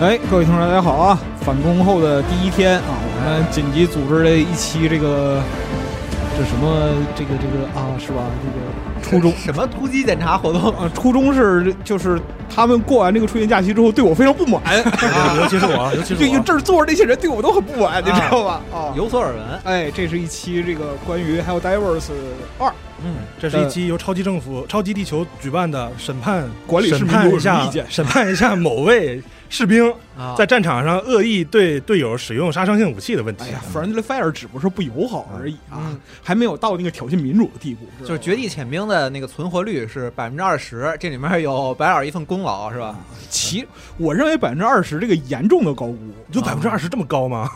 哎，各位听众，大家好啊！返工后的第一天啊，我们紧急组织了一期这个这什么这个这个啊，是吧？这个初中什么突击检查活动？啊，初中是就是他们过完这个春节假期之后，对我非常不满，哎 尤其是我，尤其就是就我，这儿坐着那些人对我都很不满，你知道吧？啊， 有所耳闻，哎，这是一期这个关于 Hello Divers 二嗯，这是一期由超级政府、超级地球举办的审判管理市审民判有一什么下意见， 审判一下某位士兵啊在战场上恶意对队友使用杀伤性武器的问题嗯哎。呀，friendly fire 只不过是不友好而已啊，还没有到那个挑衅民主的地步，就是绝地潜兵的那个存活率是百分之二十，这里面有白老一份功劳是吧？嗯其我认为百分之二十这个严重的高估。有百分之二十这么高吗？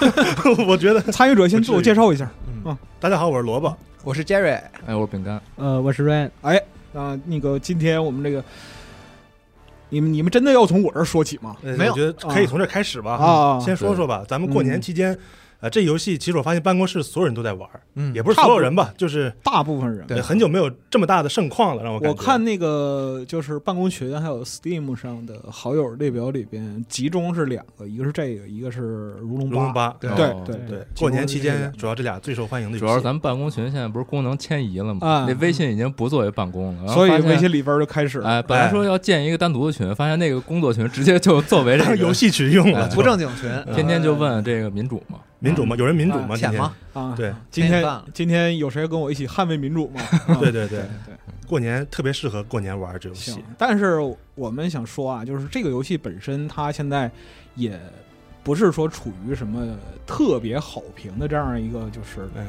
我觉得。参与者先自我介绍一下，大家好，我是萝卜。我是 Jerry，哎，我是饼干，呃，我是 Ryan，哎，啊，那个今天我们这个，你们你们真的要从我这儿说起吗？呃没有我觉得可以从这开始吧。嗯啊嗯先说说吧，咱们过年期间，呃，这游戏其实我发现办公室所有人都在玩儿，嗯也不是所有人吧，就是大部分人，对很久没有这么大的盛况了，让我感我觉。看那个就是办公群还有 Steam 上的好友列表里边，集中是两个，一个是这个，一个是如龙如龙八。八，对对哦对对，过年期间主要这俩最受欢迎的游戏，主要是咱们办公群现在不是功能迁移了吗？啊那微信已经不作为办公了，然后所以发现微信里边就开始了。哎，本来说要建一个单独的群，发现那个工作群直接就作为这 当个游，戏群用了，哎呃就嗯不正经群，呃天天就问这个民主嘛，民主吗？有人民主吗？今浅天吗？啊，对今天也天办了今天有谁跟我一起捍卫民 主吗？啊对对对，对，过年特别适合过年玩这游戏行。，但是我们想说啊，就是这个游戏本身，它现在也不是说处于什么特别好评的这样一个就是哎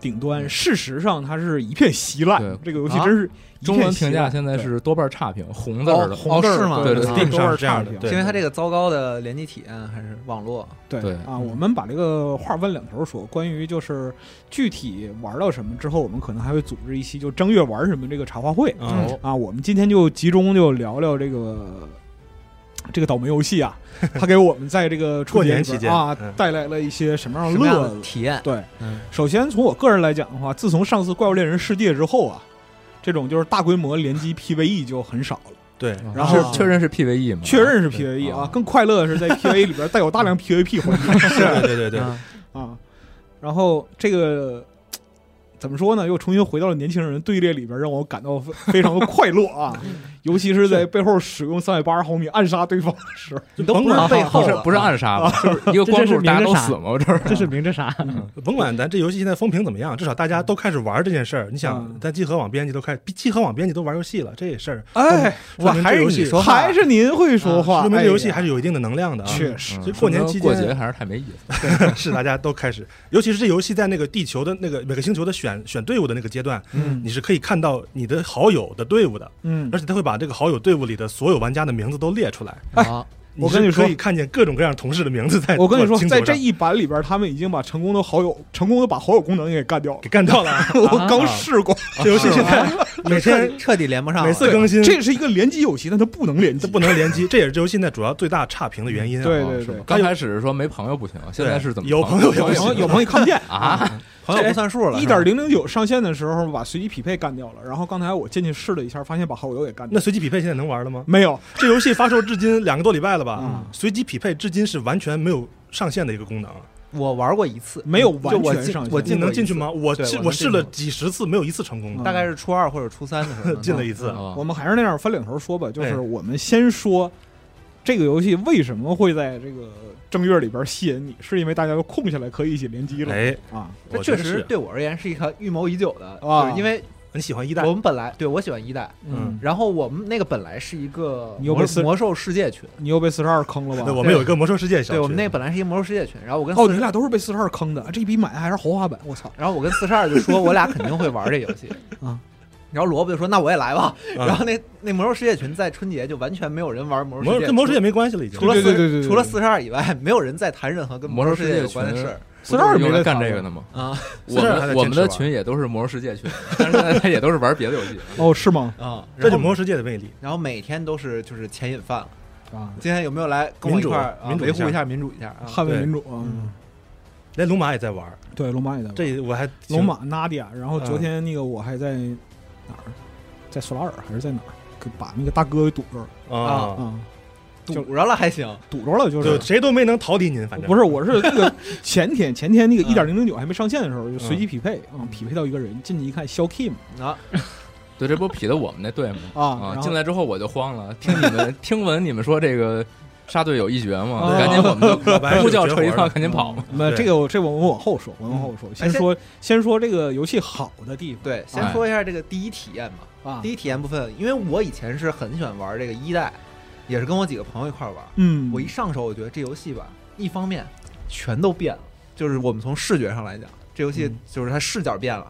顶端。事实上，它是一片稀烂对。这个游戏啊真是一中文片稀评烂价现在是多半差评，红字儿的，哦红字儿哦是吗对对对啊对， ，Steam 都是上是这样差的评，对，是因为它这个糟糕的联机体验还是网络？对对啊，我们把这个话分两头说。关于就是具体玩到什么之后，我们可能还会组织一期就正月玩什么这个茶话会嗯哦啊。我们今天就集中就聊聊这个这个倒霉游戏 啊，它给我们在这个春节里边过年期间啊嗯带来了一些什么样什的么样啊乐的子。体验？对，嗯首先从我个人来讲的话，自从上次《怪物猎人世界》之后啊，这种就是大规模联机 PVE 就很少啊了。 对，然后嗯是确认是 PVE 吗？确认是 PVE 啊，啊更快乐的是在 PVE 里边带有大量 PVP 环节。对对对对，嗯啊，然后这个怎么说呢？又重新回到了年轻人队列里边，让我感到非非常的快乐 啊！嗯尤其是在背后使用三百八十毫米暗杀对方的时候，你都甭不是管背啊不后是了，不是暗杀吧？就是一个光这是柱，明着大家都杀死吗？我这儿这是明着啊啥？甭管咱这游戏现在风评怎么样，至少大家都开始玩这件事儿。你嗯想，咱集合网编辑都开，集合网编辑都玩游戏了，这事儿哎，说明这游戏我还是你说话还是您会说话，说明这游戏哎呀还是有一定的能量的啊。确实嗯所以过年说期过间 节还是太没意思了。是大家都开始，尤其是这游戏在那个地球的那个每个星球的选选队伍的那个阶段，嗯你是可以看到你的好友的队伍的，嗯而且他会把这个好友队伍里的所有玩家的名字都列出来。 啊，我跟你你是说可以看见各种各样同事的名字 在我跟你说做，清在除这上一版里边，他们已经把成功的好友成功的把好友功能给干掉了。给干掉了啊。我刚试过，啊这游戏现在每彻天底彻底连不上了，每次更新这是一个联机游戏，但它不能联都机。不能联机，这也是这游戏现在主要最大差评的原因啊。对哦对是对吗刚开始说没朋友不行，现在是怎么有朋有友不朋友行有朋友看不 见啊？朋友不算数了，一是吧点零零九上线的时候把随机匹配干掉了，然后刚才我进去试了一下，发现把好友也干掉那了。随机匹配现在能玩了吗？没有，啊这游戏发售至今两个多礼拜了吧嗯？随机匹配至今是完全没有上线的一个功能。我玩过一次，没有完就我全进上线我你进能过一进去次？吗？我对试我我能试进去了几十次，没有一次成功的，大概是初二或者初三的时候 进了一次。啊我们还是那样分两头说吧，就是哎对我们先说这个游戏为什么会在这个正月里边吸引你，是因次，大家都空下来可以一起联机了哎，啊。这我确觉得是实对我而言是一个预谋已久的，啊就是因为你喜欢一代我，们本来对我喜欢一代，嗯，然后我们那个本来是一个你又魔被四魔兽世界群，你又被四十二坑了那吧？我们有一个魔兽世界小对区，我们那个本来是一个魔兽世界群，然后哎我跟哦，四你十，俩都是被四十二坑的，这笔买的还是豪华版，我操！然后我跟四十二就说我俩肯定会玩这游戏 啊。然后萝卜就说：“那我也来吧。”啊然后那那魔兽世界群在春节就完全没有人玩魔兽世魔兽界，跟魔兽世界没关系了，已经除了对四对对对对除了四十二以外，没有人在谈任何跟魔兽兽世世界有关的群事儿四十二没用来在干看这个吗呢吗？啊我42还在们我们坚的持玩群也都是魔兽世界群， 但是大家也都是玩别的游戏。哦，是吗？啊！这就是然后魔兽世界的魅力。然后每天都是就是前引犯了。啊，今天有没有来跟我一块儿、啊民主维护民主一一下下民主一下啊？捍卫民主啊！嗯连龙马也在玩，对，龙马也在玩。这我还挺龙马 Nadia，然后昨天那个我还在哪儿，在索拉尔还是在哪儿，给把那个大哥给堵着了啊啊！就堵着了还行，堵着了，就就是谁都没能逃离您，反正 不是，我是那个前天前天那个嗯一点零零九还没上线的时候，就随机匹配啊、嗯匹配到一个人，进去一看，肖 Kim 啊，对，这不匹的我们那队吗？啊，啊，然进后来之后我就慌了，听你们听闻你们说这个杀队有一绝嘛，啊赶紧我们 老白是就呼个叫绝撤离活炮，的赶紧跑嘛。嗯那对这个我这我们往后说，我们往后说，先哎说先说这个游戏好的地方对，先说一下这个第一体验吧。哎啊第，一体验部分，因为我以前是很喜欢玩这个一代，也是跟我几个朋友一块儿玩。嗯，我一上手，我觉得这游戏吧，一方面全都变了，就是我们从视觉上来讲，这游戏嗯就是它视角变了，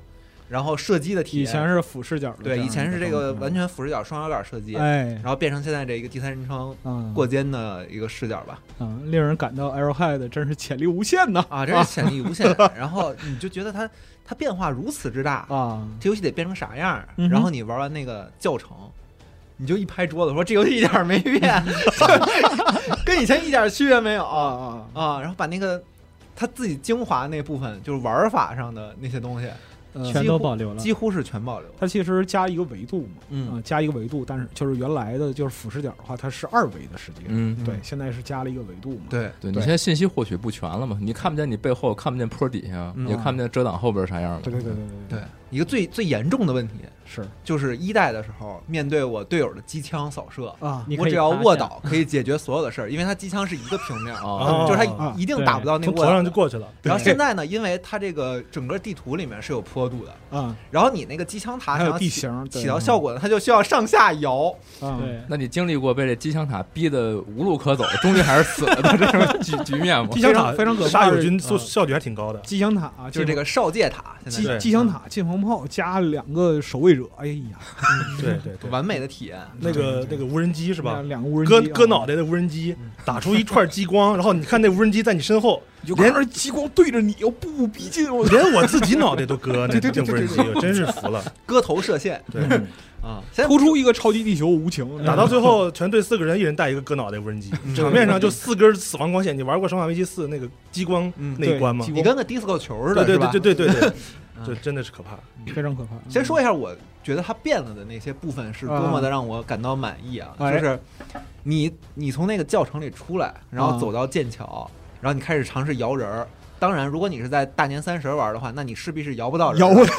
然后射击的体以验，前是俯视角的，对，以前是这个完全全俯视角双摇杆射击，哎然后变成现在这一个第三人称啊过肩的一个视角吧。啊，令人感到 Arrowhead 真是潜力无限呐啊，真是潜力 无限。然后你就觉得它它变化如此之大，啊！这游戏得变成啥样儿？嗯哼然后你玩完那个教程，你就一拍桌子说这游戏一点儿没变， 跟以前一点儿区别没有啊啊啊！然后把那个他自己精华那部分，就是玩法上的那些东西，呃全都保留了。几乎是全保留。它其实加一个维度嘛，嗯啊，加一个维度，但是就是原来的就是俯视角的话，它是二维的世界，嗯，对，现在是加了一个维度嘛，对，对你对现在信息获取不全了嘛，你看不见你背后，看不见坡底下，嗯也看不见遮挡后边啥样了。对对对对对对，一个最最严重的问题是就是一代的时候，面对我队友的机枪扫射。啊你我可以只要趴下卧倒可以解决所有的事儿，因为它机枪是一个平面，哦就是哦它一定打不到那个从卧头倒上的就过去了。然后现在呢，因为它这个整个地图里面是有坡度的，啊，然后你那个机枪塔还想有要地起形嗯起到效果呢，它就需要上下摇。果啊，对，那你经历过被这机枪塔逼得无路可走，终于还是死了的 这种局局面吗？机枪塔非常非常可怕杀友军速嗯效率还挺高的，机枪塔啊就是这。个哨戒塔，现机在对嗯机枪塔、近防炮加两个守卫者，哎呀，对对对，完美的体验。那个那个无人机是是吧？两个无人割机啊嗯割脑袋的无人机，打出一串激光，然后你看那无人机在你身 后，你就看着激光对着你要步步逼近，我连我自己脑袋都 割，那对对对那无人机，我真是服了。割头射线对，嗯啊，现在 突出一个超级地球无情，打到最后，全队四个人，一人带一个割脑袋无人机，嗯场面上就四根死亡光线。你玩过《生化危机四》那个激光嗯那一关吗对？你跟个 disco 球似对的，对是吧？对对对对对， 嗯这真的是可怕。非常可怕。先说一下，我觉得它变了的那些部分是多么的让我感到满意啊！啊哎就是你你从那个教程里出来，然后啊走到剑桥，然后你开始尝试摇人儿。当然，如果你是在大年三十玩的话，那你势必是摇不到人。摇不到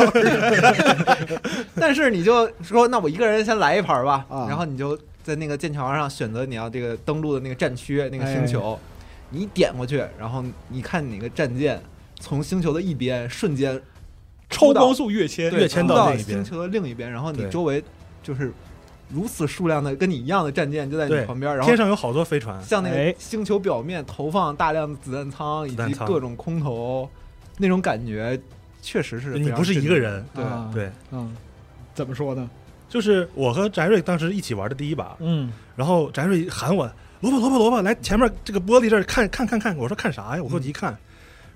人。但是你就说，那我一个人先来一盘吧。啊然后你就在那个剑桥上选择你要这个登陆的那个战区、那个哎星球，你点过去，然后你看哪个战舰从星球的一边瞬间超出到光速跃迁，对跃迁冲嗯到到另一边星球的另一边，然后你对周围就是如此数量的跟你一样的战舰就在你对旁边，然后天上有好多飞船，向那哎个星球表面投放大量的子弹仓以子弹及仓各种空投，那种感觉确实是你非常不是一个震人。对啊对，嗯，怎么说呢？就是我和翟瑞当时一起玩的第一把，嗯，然后翟瑞喊我萝卜萝卜萝卜，来前面这个玻璃这儿看看看看，我说看啥呀？我过嗯去一看，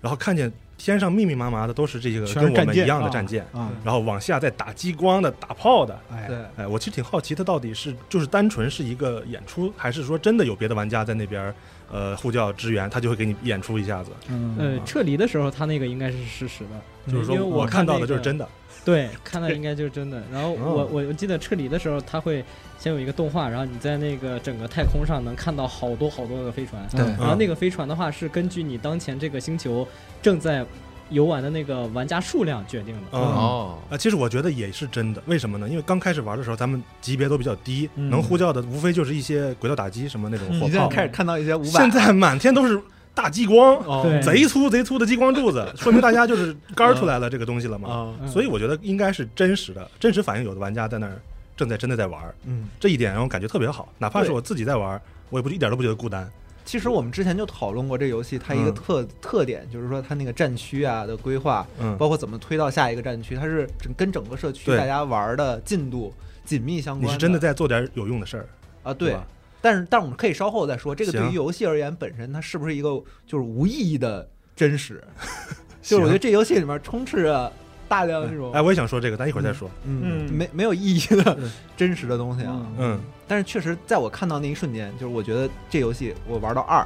然后看见天上密密麻麻的都是这些个全跟是我战们舰一样的啊战舰，啊，然后往下再打激光的、打炮的。哎，对，哎，我其实挺好奇，它到底是就是单纯是一个演出，还是说真的有别的玩家在那边儿呃呼叫支援，他就会给你演出一下子？嗯，呃，撤离的时候他那个应该是实时的，就是因为说我看到那的就是个真的。对，看到应该就是真的。然哦后我我我记得撤离的时候，它会先有一个动画，然后你在那个整个太空上能看到好多好多个飞船，对然后那个飞船的话是根据你当前这个星球正在游玩的那个玩家数量决定的。嗯哦，啊，其实我觉得也是真的，为什么呢？因为刚开始玩的时候，咱们级别都比较低，嗯能呼叫的无非就是一些轨道打击什么那种火嗯你现在炮。开始看到一些五百，现在满天都是大激光，哦对贼粗贼粗的激光柱子，说明大家就是肝儿出来了这个东西了嘛。啊，嗯所以我觉得应该是真实的，真实反映有的玩家在那儿正在真的在玩儿，嗯，这一点让我感觉特别好。哪怕是对我自己在玩儿，我也不一点都不觉得孤单。其实我们之前就讨论过这游戏它一个嗯特特点，就是说它那个战区啊的规划，嗯，包括怎么推到下一个战区，它是整跟整个社区对大家玩的进度紧密相关。你是真的在做点有用的事儿，啊，对对吧。？但是，但是我们可以稍后再说，这个对于行游戏而言本身，它是不是一个就是无意义的真实？就是行我觉得这游戏里面充斥着大量那种哎，我也想说这个，咱一会儿再说。嗯嗯没没有意义的嗯真实的东西啊。嗯嗯，但是确实，在我看到那一瞬间，就是我觉得这游戏我玩到二，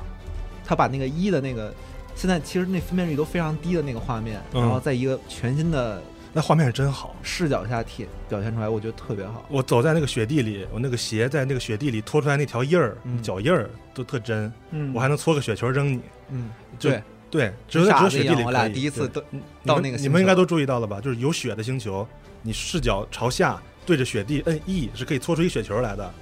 它把那个一的那个现在其实那分辨率都非常低的那个画面，嗯然后在一个全新的那画面是真好。视角下体表现出来，我觉得特别好。我走在那个雪地里，我那个鞋在那个雪地里拖出来那条印儿、嗯脚印儿都特真，嗯，我还能搓个雪球扔你。嗯，就对，对，只有在只傻有子雪一地样里可以。我俩第一次对都你到们那个你星们应该球都注意到了吧？就是有雪的星球，你视角朝下对着雪地摁 E 是可以搓出一雪球来的，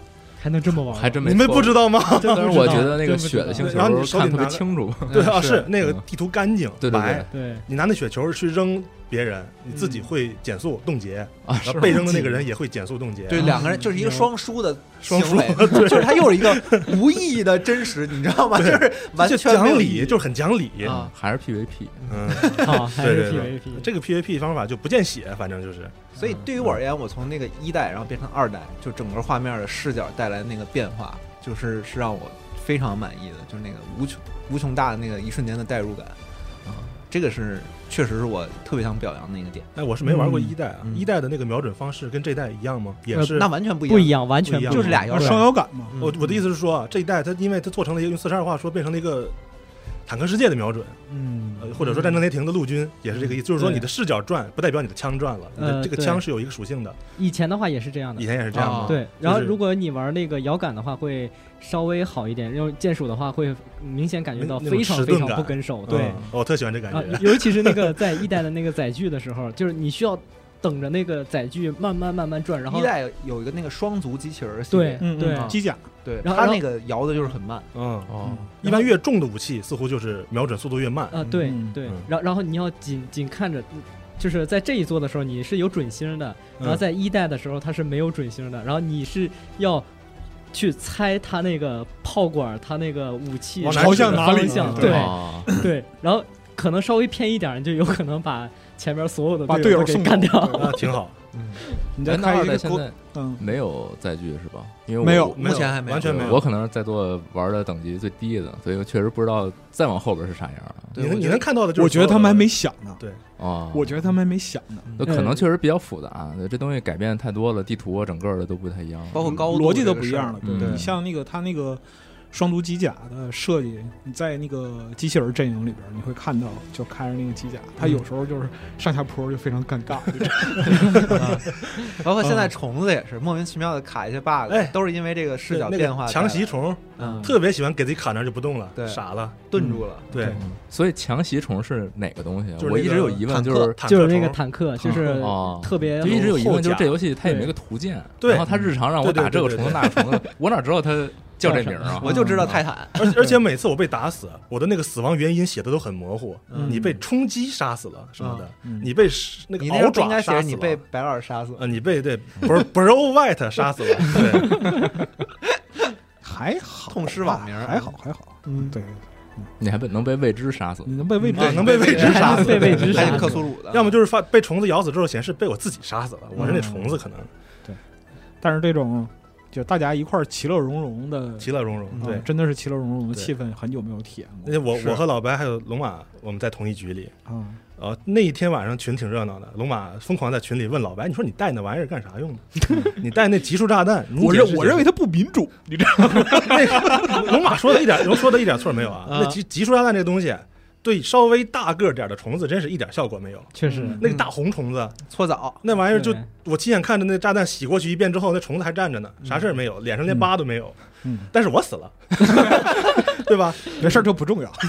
还能这么玩？还真没你们错不知道吗？真不知道，但是我觉得那个雪的星星球然后你手里看特别拿着清楚， 对啊，嗯是那个嗯地图干净对对对白，对，你拿那雪球去扔别人，你自己会减速冻结，啊，然是后吗被扔的那个人也会减速冻结。对，两个人就是一个双输的双行为，就是他又是一个无意义的真实，你知道吗？就是完就全讲没有意理义就是很讲理。啊，还是 PVP，嗯，好，啊 还对是对 PVP。这个 PVP 方法就不见血，反正就是所以对于我而言，我从那个一代然后变成二代，就整个画面的视角带来的那个变化，就是是让我非常满意的，就是那个无穷无穷大的那个一瞬间的代入感啊，这个是确实是我特别想表扬的一个点，哎，我是没玩过一代啊，嗯一代的那个瞄准方式跟这代一样吗？也呃是那完全不一不样，一样，完全不一样不就是俩摇啊双摇杆嘛，嗯我我的意思是说啊，这一代它因为它做成了一个用四十二话说变成了一个坦克世界的瞄准，嗯呃，或者说战争雷霆的陆军也是这个意思，就是说你的视角转不代表你的枪转了，你的嗯呃这个对枪是有一个属性的，以前的话也是这样以的。前也是这样啊吗？对，然后就是如果你玩那个摇杆的话，会稍微好一点，用键鼠的话会明显感觉到那那种非常迟非钝常感不跟手。嗯对，我特喜欢这感啊觉，，尤其是那个在一代的那个载具的时候，就是你需要等着那个载具慢慢慢慢转，然后一代有一个那个双足机器人系对列，嗯对嗯机甲，对，然后它然后那个摇的就是很慢，嗯，哦，一般越重的武器似乎就是瞄准速度越慢，啊，对嗯对嗯，然然后你要紧紧看着，就是在这一座的时候你是有准星的，然后在一代的时候它是没有准星的，然后你是要去猜它那个炮管，它那个武器往哪嗯朝向哪里方向，对对啊 对，然后可能稍微偏一点儿，你就有可能把前面所有的把队队友友给送干掉。走啊，挺好，你哎再那开二一代个现国在 嗯，没有载具是吧？因为没我有没有目前还没有完全没有，我可能是在座玩的等级最低的，所以我确实不知道再往后边是啥样了对你我能你觉得能看到的就是，我觉得他们还没，想呢，对啊。我觉得他们还没想呢，嗯那可能确实比较复杂，这东西改变太多了，地图啊整个的都不太一样了。包括高度逻辑都这个不一事儿样了。嗯你像那个他那个双足机甲的设计，你在那个机器人阵营里边，你会看到，就开着那个机甲，嗯它有时候就是上下坡就非常尴尬，就这样啊 包括现在虫子也是莫名其妙的卡一些 bug，嗯哎都是因为这个视角那变化个带来的。强袭虫嗯，特别喜欢给自己卡那儿就不动了，对傻了，顿住了。对，嗯所以强袭虫是哪个东西啊？就是那个我一直有疑问，坦克就是坦克就是那虫个坦克，就坦克是哦特别就一直有疑问，后就甲是这游戏它也没个图鉴，对然后它日常让我打这个虫子那个 虫子，我哪知道它叫这名儿啊？嗯我就知道泰坦，而 而且每次我被打死，我的那个死亡原因写的都很模糊。嗯你被冲击杀死了什么的，嗯你被是那个你那时鳌候不应爪该杀写死了，你被白老师杀死了。呃你被对 bro bro，Oh, white 杀死了，对，还好吧，痛失网名儿还好还好，嗯，对，你还被能被未知杀死你能被位 置啊能被未知杀还死被未知杀死还得克苏鲁的，要么就是发被虫子咬死之后显示被我自己杀死了，我是嗯那虫子可能但是这种就大家一块儿其乐融融的，其乐融融，嗯对。真的是其乐融融的对气氛，很久没有体验那过天我是我和老白还有龙马，我们在同一局里，啊。呃，那一天晚上群挺热闹的，龙马疯狂在群里问老白，你说你带那玩意儿干啥 用的？你带那集束炸弹，你我解释认我认为它不民主，你知道吗？那个 龙马说的一 点，龙说的一点错没有啊？啊那集集束炸弹这东西，对稍微大个点的虫子真是一点效果没有。嗯确实那个大红虫子，搓澡，那玩意儿就对我亲眼看着那炸弹洗过去一遍之后，那虫子还站着呢，啥事儿没有，脸上连疤都没有。嗯但是我死了， 对吧？没事儿，这不 重要。啊！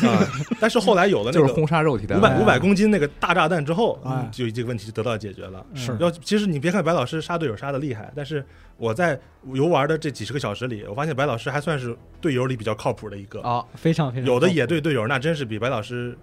但是后来有了那就是个轰杀肉体的五百五百公斤那个大炸弹之后嗯哎，就这个问题就得到解决了。是要其实你别看白老师杀队友杀的厉害，但是我在游玩的这几十个小时里，我发现白老师还算是队友里比较靠谱的一个。啊，非常非常有的也对队友那真是比白老师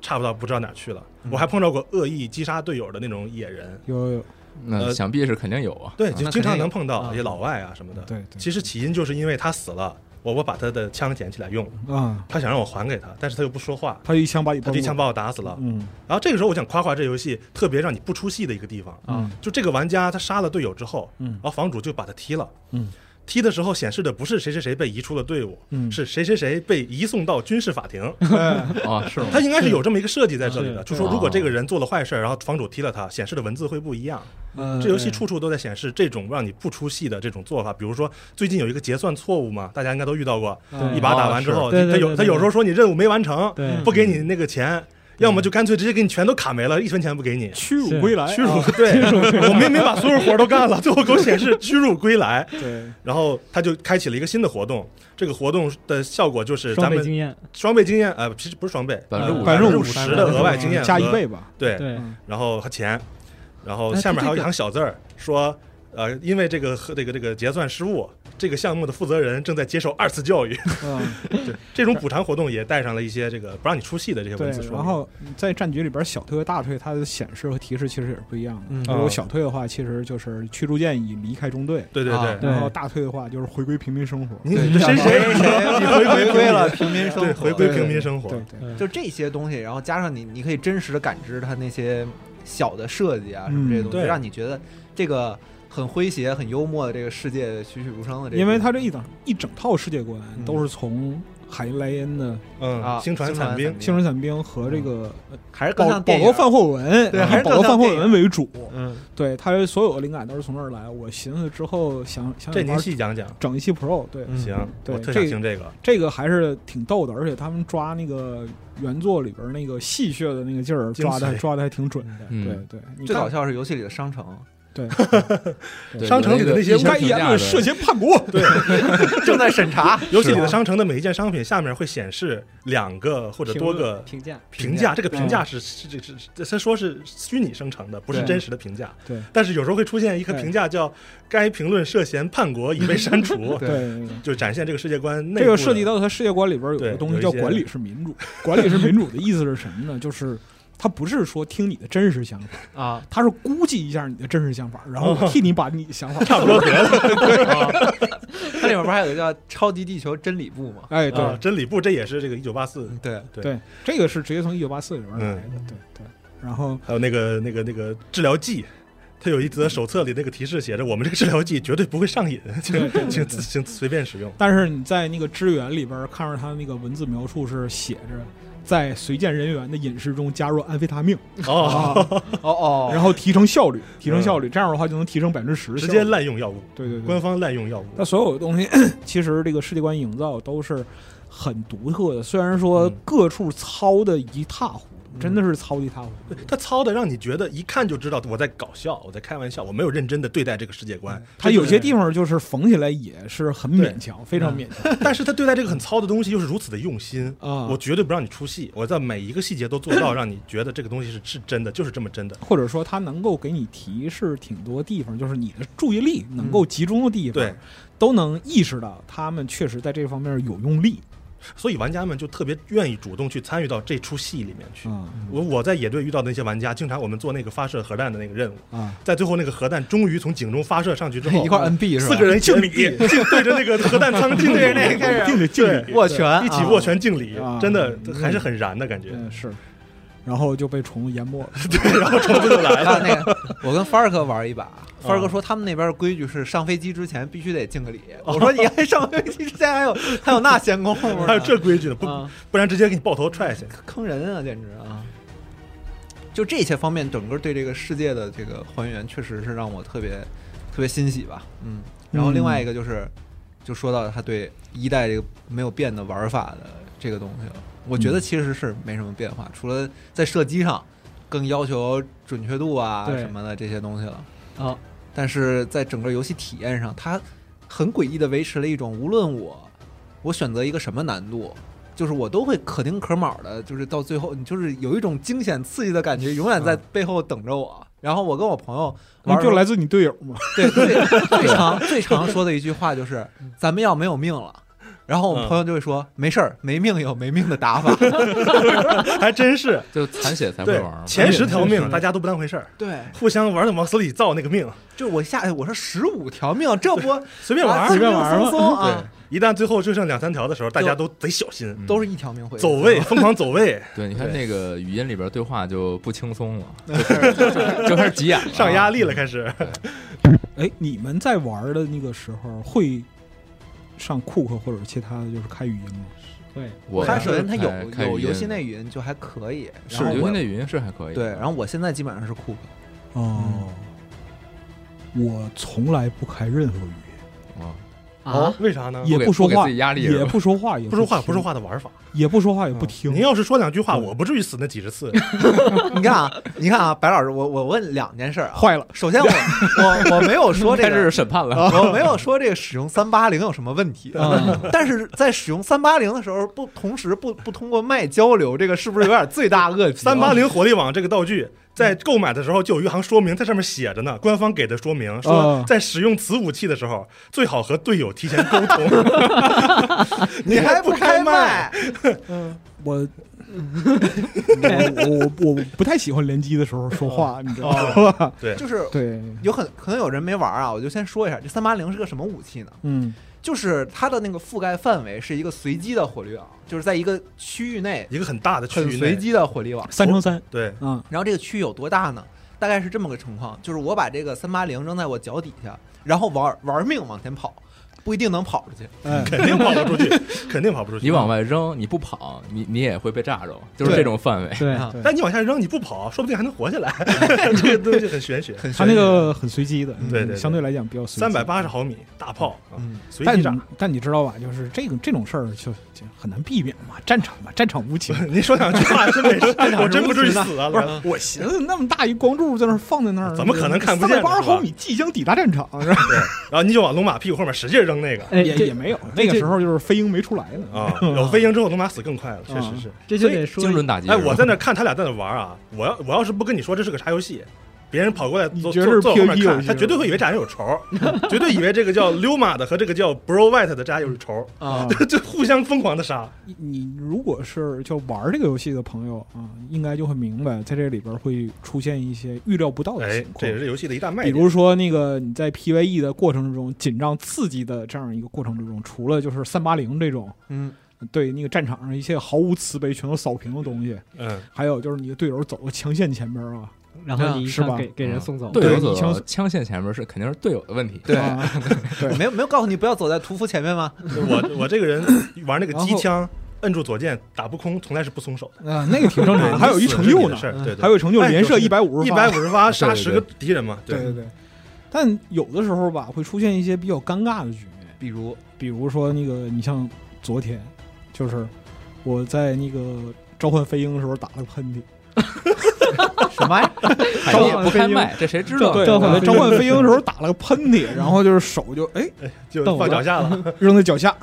差不到不知道哪儿去了。我还碰到过恶意击杀队友的那种野人，有有，那呃想必是肯定有啊。对，啊就那经肯定常有能碰到啊一些老外啊什么的。对对其实起因就是因为他死了，我我把他的枪捡起来用，啊，他想让我还给他，但是他又不说话，他就一枪把你他崩就了，一枪把我打死了。嗯然后这个时候我想夸夸这游戏特别让你不出戏的一个地方，啊就这个玩家他杀了队友之后，嗯然后房主就把他踢了，嗯，踢的时候显示的不是谁谁谁被移出了队伍，嗯是谁谁谁被移送到军事法 庭，啊，是吗？他应该是有这么一个设计在这嗯里的，是就说如果这个人做了坏事，然后房主踢了他，显示的文字会不一样。嗯呃这游戏处处都在显示这种让你不出戏的这种做法，比如说最近有一个结算错误嘛，大家应该都遇到过，对一把打完之后，嗯哦对他对有对 他有时候说你任务没完成，对不给你那个钱。要么就干脆直接给你全都卡没了，一分钱不给你。屈辱归来，屈辱啊， 对，我明明把所有活儿都干了，最后给我显示屈辱归来。对，然后他就开启了一个新的活动，这个活动的效果就是双咱倍们经验，双倍经验，呃，其实不是双倍， 50%百百分分之之五五十十嗯的额外经验加一和，倍吧，对，对， 嗯然后和钱，然后哎下面还有这一个行小字儿说，呃，因为这个和这个这个结算失误，这个项目的负责人正在接受二次教育。 嗯，对，这种补偿活动也带上了一些这个不让你出戏的这些对文字，说然后在战局里边，小退和大退它的显示和提示其实也是不一样的。嗯如哦果小退的话，其实就是驱逐舰已离开中队，对对啊对，对然后大退的话就是回归平民生活。你你谁谁谁，你回归回归了平民生对，活，回归对平民生活对。对，嗯就这些东西，然后加上你，你可以真实的感知它那些小的设计啊，什么这些东西，嗯对让你觉得这个很诙谐、很幽默的这个世界栩栩如生的这个。因为它这一整一整套世界观嗯都是从海因莱因的嗯，啊，星船伞伞兵，星人伞兵和这个还是保更像保电罗影。范霍文，啊对还是保罗更像范霍电影文为主。嗯，对他所有的灵感都是从这儿来。我寻思之后想想这想法您细讲讲。整一期 Pro，对，嗯行，对我特这想个听这个。这个还是挺逗的，而且他们抓那个原作里边那个戏谑的那个劲儿，精髓抓的抓的还挺准的。嗯对对，你最看搞笑是游戏里的商城对商城里的那些有一个该一言星评价论的涉嫌叛国，对正在审 查，游戏里的商城的每一件商品下面会显示两个或者评多论个评价，评价，这个评价是是这是这他说是虚拟生成的，不是对真实的评价。对，但是有时候会出现一个对评价叫“该评论涉嫌叛国，已被删除对对对。对”，就展现这个世界观内部的。这个涉及到他世界观里边有对个东有西一叫些管理是民主，管理是民主的意思是什么呢？就是他不是说听你的真实想法， 啊，他是估计一下你的真实想法，然后我替你把你的想法哦 差不多得了。啊它里面不是还有个叫《超级地球真理部》吗？哎，对，啊真理部这也是这个一九八四，对，对，这个是直接从一九八四里边来的，嗯对对。然后还有那个那个那个治疗剂。它有一则手册里那个提示写着：“我们这个治疗剂绝对不会上 瘾，对对请请对自请随便使用。但是你在那个支援里边看着他那个文字描述是写着。在随舰人员的饮食中加入安非他命”哦，嗯啊，哦哦， 然后提升效率，提升效率，这样的话就能提升百分之十。直接滥用药物，对对对官，方滥用药物。那所有的东西 其实这个世界观营造都是很独特的，虽然说嗯各处糙的一塌糊涂，真的是糙的一塌糊涂。他操的让你觉得一看就知道我在搞笑，我在开玩笑，我没有认真的对待这个世界观。嗯它有些地方就是缝起来也是很勉强，非嗯常勉强 但是他对待这个很糙的东西又是如此的用心，啊。我绝对不让你出戏，我在每一个细节都做到让你觉得这个东西是是真的，就是这么真的。或者说它能够给你提示挺多地方，就是你的注意力能够集中的地方，嗯对，都能意识到他们确实在这方面有用力所以玩家们就特别愿意主动去参与到这出戏里面去。啊我我在野队遇到的那些玩家，经常我们做那个发射核弹的那个任务，啊！在最后那个核弹终于从井中发射上去之后，一块 NB 是吧？四个人敬礼，敬对着那个核弹 舱敬对着礼，那个开始敬礼敬 礼，握拳，一起啊握。拳敬礼，啊真的嗯还是很燃的感觉。嗯，是，然后就被虫子淹 没了。还有那个，我跟范儿哥玩一把，范儿哥说他们那边的规矩是上飞机之前必须得敬个礼。我说你还上飞机之前还有还有那闲工夫呢， 还有这规矩呢，不、啊不然直接给你爆头踹下去。坑人啊，简直啊！就这些方面，整个对这个世界的这个还原，确实是让我特别特别欣喜吧。嗯，然后另外一个就是，就说到他对一代这个没有变的玩法的这个东西了，我觉得其实是没什么变化，除了在射击上更要求准确度啊对什么的这些东西了。啊，但是在整个游戏体验上，它很诡异的维持了一种，无论我我选择一个什么难度，就是我都会可丁可卯的，就是到最后，你就是有一种惊险刺激的感觉，永远在背后等着我。然后我跟我朋友那玩儿，就来自你队友嘛？对最最常最常说的一句话就是咱们要没有命了。然后我们嗯朋友就会说：“没事儿，没命有没命的打法。还真 是，就残血才会对玩嘛，前十条命是大家都不当回事儿”，对，互相玩的往死里造那个命，就我下去，我说十五条命，这不随便玩啊儿。随便玩儿轻轻松松 对啊，，一旦最后就剩两三条的时候，大家都贼小心，嗯都是一条命回去走位，疯狂走位，对，你看对那个语音里边对话就不轻松了，就开始就就开始急眼了，啊上压力了，开始。哎，你们在玩的那个时候会上库克或者其他的就是开语音吗？对，我它首先它开有开有语音游戏内云就还可以，是然后游我戏内云是还可以，对，然后我现在基本上是库克， 嗯哦，我从来不开任何语音，嗯啊，为啥呢？也给不说不给话，自己压力是也吧不说话，也不说话，不听说，话的嗯玩法。也不说话，也不听您。要是说两句话，对我不至于死那几十次。你看啊，你看啊，白老师，我我问两件事儿啊。坏了，首先 我，我我没有说这开个啊始，审判了，我没有说这个使用三八零有什么问题，嗯 但是在使用三八零的时候，不同时不不通过麦交流，这个是不是有点罪大 恶极？啊三八，零活力网这个道具，在购买的时候就有一行说明，在上面写着呢，官方给的说明说啊，在使用此武器的时候，最好和队友提前沟通。你还不开麦？ 我我 我我我不太喜欢联机的时候说话，你知道吧？就是对，有很可能有人没玩啊，我就先说一下，这三八零是个什么武器呢？嗯就是它的那个覆盖范围是一个随机的火力网，就是在一个区域内一个很大的区很域随内，机的火力网。三乘三对，啊，然后这个区域有多大呢？大概是这么个情况，就是我把这个三八零扔在我脚底下，然后玩玩命往前跑，不一定能跑出去。哎，肯定跑不出去，肯定跑不出去。你往，外扔，你不跑，你你也会被炸着，就是对这种范围。对啊但你往下扔，你不跑，说不定还能活下来。这个东西很玄学。很他那个很随机的，嗯对对对相对来讲比较随机。三百八十毫米大炮，啊嗯，随但机你炸。但你知道吧？就是这个这种事儿就就很难避免嘛，战场嘛，战场无 情。您说两句话真没事，我真不至于死啊！不来是，嗯我寻思那么大一光柱在那儿放在那儿，怎么可能看不见呢八十是吧毫米即将抵达战 场，是吧？然后你就往龙马屁股后面使劲扔那个哎，也这也没有，那个这时候就是飞鹰没出来呢。啊， 有飞鹰之后龙马死更快了，确嗯实是。这就所以得说精准打击。哎，是吧我在那看他俩在那玩啊，我要我要是不跟你说这是个啥游戏，别人跑过来你坐觉得坐是坐我后面 PVE 游看，戏他绝对会以为这俩人有仇， 绝对以为这个叫溜马的和这个叫 Bro White 的这俩有仇，啊， 就互相疯狂 的杀。你你如果是就玩这个游戏的朋友啊，应该就会明白，在这里边会出现一些预料不到的哎情，这况也。是游戏的一大卖比点。如说，那个你在 PVE 的过程之中，紧张刺激的这样一个过程之中，除了就是三八零这种嗯，对那个战场上一切毫无慈悲、全都扫平的东西，嗯，还有就是你的队友走到强线前边啊，然后你一是吧枪给给人送走，队对友你走枪到枪线前面是肯定是队友的问题。对，啊对没有没有告诉你不要走在屠夫前面吗？我我这个人 玩那个机枪，摁住左键打不空，从来是不松手的。啊，那个挺正常的，还有一成就呢嗯死，是你的事儿对对，还有一成就哎连射就是一百五十一发百，五十发杀对十对个敌人嘛，对对对。但有的时候吧，会出现一些比较尴尬的局面，比如，比如说那个，你像昨天，就是我在那个召唤飞鹰的时候打了个喷嚏，什么呀？海召地唤不开飞鹰麦，这谁知道？对，召唤我在飞召鹰唤飞鹰的时候打了个喷嚏，然后就是手就 哎就懂了放脚下了。 扔在脚下，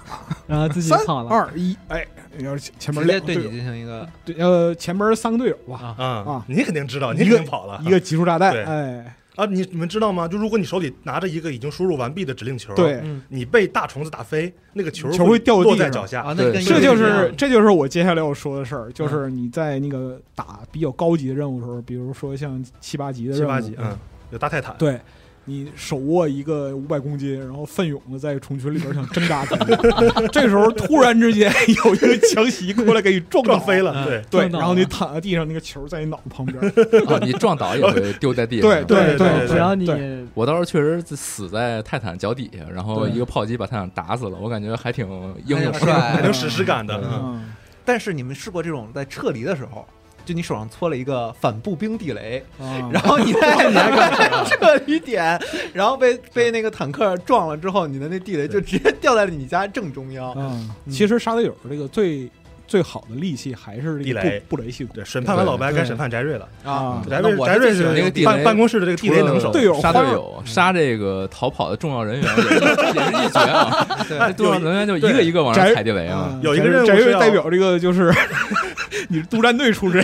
然后自己三跑了。二一，哎，然后前面直两接个对队你友，进行一个对呃，前面三个队友吧，啊，啊啊，你肯定知道，你一肯个定跑了一个集束炸弹啊对，哎，啊！你你们知道吗？就如果你手里拿着一个已经输入完毕的指令球，，对，你被大虫子打飞，那个球球会会掉地落在上脚下。啊，那跟对这一个就是这就是我接下来要说的事儿，就是你在那个打比较高级的任务的时候，比如说像七八级的七任务，八级，嗯，，有大泰坦，对。你手握一个五百公斤，然后奋勇的在虫群里边想挣扎自己， 这时候突然之间有一个强袭过来给你撞倒嗯撞飞，了，对，对，撞倒然后你了躺在地上，那个球在你脑袋旁边， 啊，你撞倒 也会丢在地上。对对对对，对只要你对我当时确实死在泰坦脚底下，然后对一个炮击把泰坦打死了，我感觉还挺英还挺勇帅的。很有史诗感的。嗯嗯，但是你们试过这种在撤离的时候，就你手上搓了一个反步兵地雷，啊然后 你在 撤离点，然后被被那个坦克撞了之后，你的那地雷就直接掉在了你家正中央。嗯，其实杀队友这个最最好的利器还是这地个雷布布雷系统对，审判完老白，对该审判翟瑞了。啊对翟那瑞，我翟瑞最喜欢那是个地办雷办公室的这个地雷能除，手了队友杀花儿队友，杀这个逃跑的重要人员也是也是一绝啊！ 对，重要人员就一个一个往上踩地雷啊！嗯有一个翟任务翟是瑞要代表这个就是 你是督战队出身，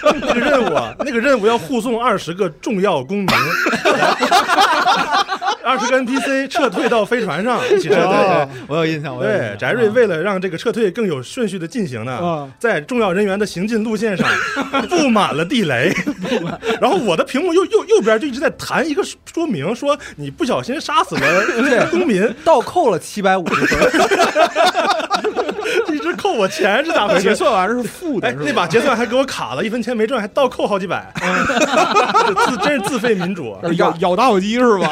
那个任务啊，那个任务要护送二十个重要公民，二十个 NPC 撤退到飞船上哦一起撤退。对，哦我有印象，我有印对，象翟瑞为了让这个撤退更有顺序的进行呢啊，在重要人员的行进路线上布满了地雷，然后我的屏幕右右右边就一直在弹一个说明，说你不小心杀死了公民，倒扣了七百五十分，一直扣我钱是咋回结事？算完是负的，哎，是吧那把结算还给我卡了，一分钱没挣，还倒扣好几百，自真是自废民主。 啊 咬咬打火机是 吧？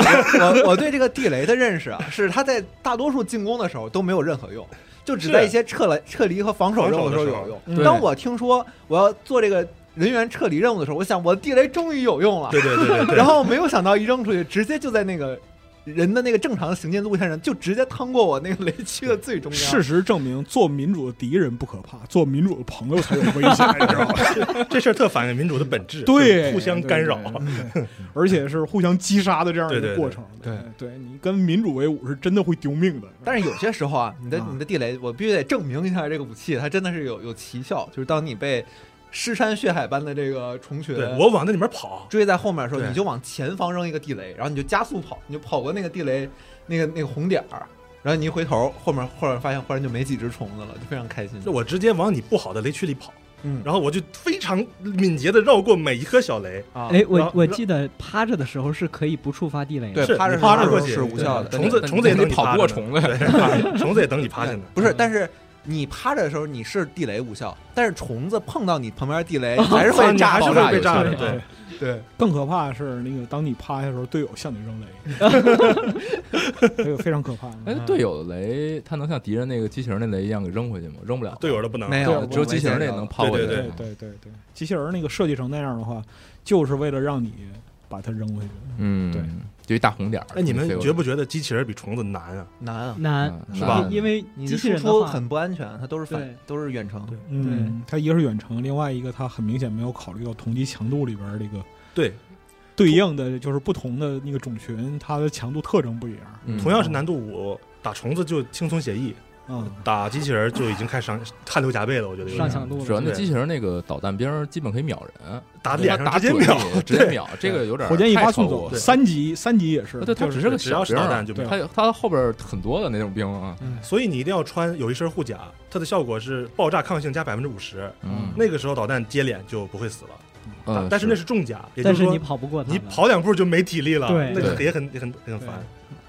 我我对这个地雷的认识啊，是它在大多数进攻的时候都没有任何用，就只在一些撤了撤离和防守任务的时候有用。对当我听说我要做这个人员撤离任务的时候，我想我的地雷终于有用了，对对对对对，然后没有想到一扔出去，直接就在那个人的那个正常行进路线上，就直接趟过我那个雷区的最中央。事实证明，做民主的敌人不可怕，做民主的朋友才有危险，你知道吧？这事儿特反映民主的本质，对，互相干扰对，，对对而且是互相击杀的这样一对个对过程。对对，对你跟民主为伍是真的会丢命的。但是有些时候啊，你的啊嗯你的地雷，我必须得证明一下这个武器，它真的是有有奇效。就是当你被尸山血海般的这个虫群对我往那里面跑，追在后面的时候，对你就往前方扔一个地雷，然后你就加速跑，你就跑过那个地雷那个那个红点儿，然后你一回头，后面忽然发现忽然就没几只虫子了，就非常开心。我直接往你不好的雷区里跑，嗯然后我就非常敏捷的绕过每一颗小雷，啊，哎，然我后我记得趴着的时候是可以不触发地雷对，的。是趴着你趴着着过去是无效的，对但虫子但虫子也你能得跑不过虫子，对， 虫子也等 你趴下呢。不是，但是你趴着的时候你是地雷无效，但是虫子碰到你旁边地雷还是啊会你炸，还是爆会被有效炸的的，对，对，更可怕的是，那个当你趴下的时候，队友向你扔 雷，这个非常可怕。哎，队友的雷，他能像敌人那个机器人那雷一样给扔回去吗？扔不了，啊队友的不能没对有，我只有机器人那能抛过去。对对对对对，机器人儿那个设计成那样的话，就是为了让你把它扔回去。嗯，对，就一大红点儿。哎，你们觉不不觉得机器人比虫子难啊？难啊，难嗯是因吧因为你嗯机的器输人的出话，很不安全，它都是对反都是远程，嗯，它一个是远程，另外一个它很明显没有考虑到同级强度里边儿这个对，对应的就是不同的那个种群，它的强度特征不一样。嗯同样是难度五，打虫子就轻松写意，嗯，打机器人就已经开始上汗流浃背了，我觉得有上点强度主要了。那对机器人那个导弹兵儿基本可以秒人，打他脸上打直接准秒， 你直接秒，这个有点儿火箭一太发送超过走，了三级三级也是，对，他就是只是个只要小是兵导儿啊弹，就对秒。他有他后边儿很多的那种兵啊，所以你一定要穿有一身护甲，它的效果是爆炸抗性加百分之五十，嗯，那个时候导弹接脸就不会死了。嗯但是那是重甲，也就但是是说你跑不过他你们，跑两步就没体力了，对那对也很也很也很烦。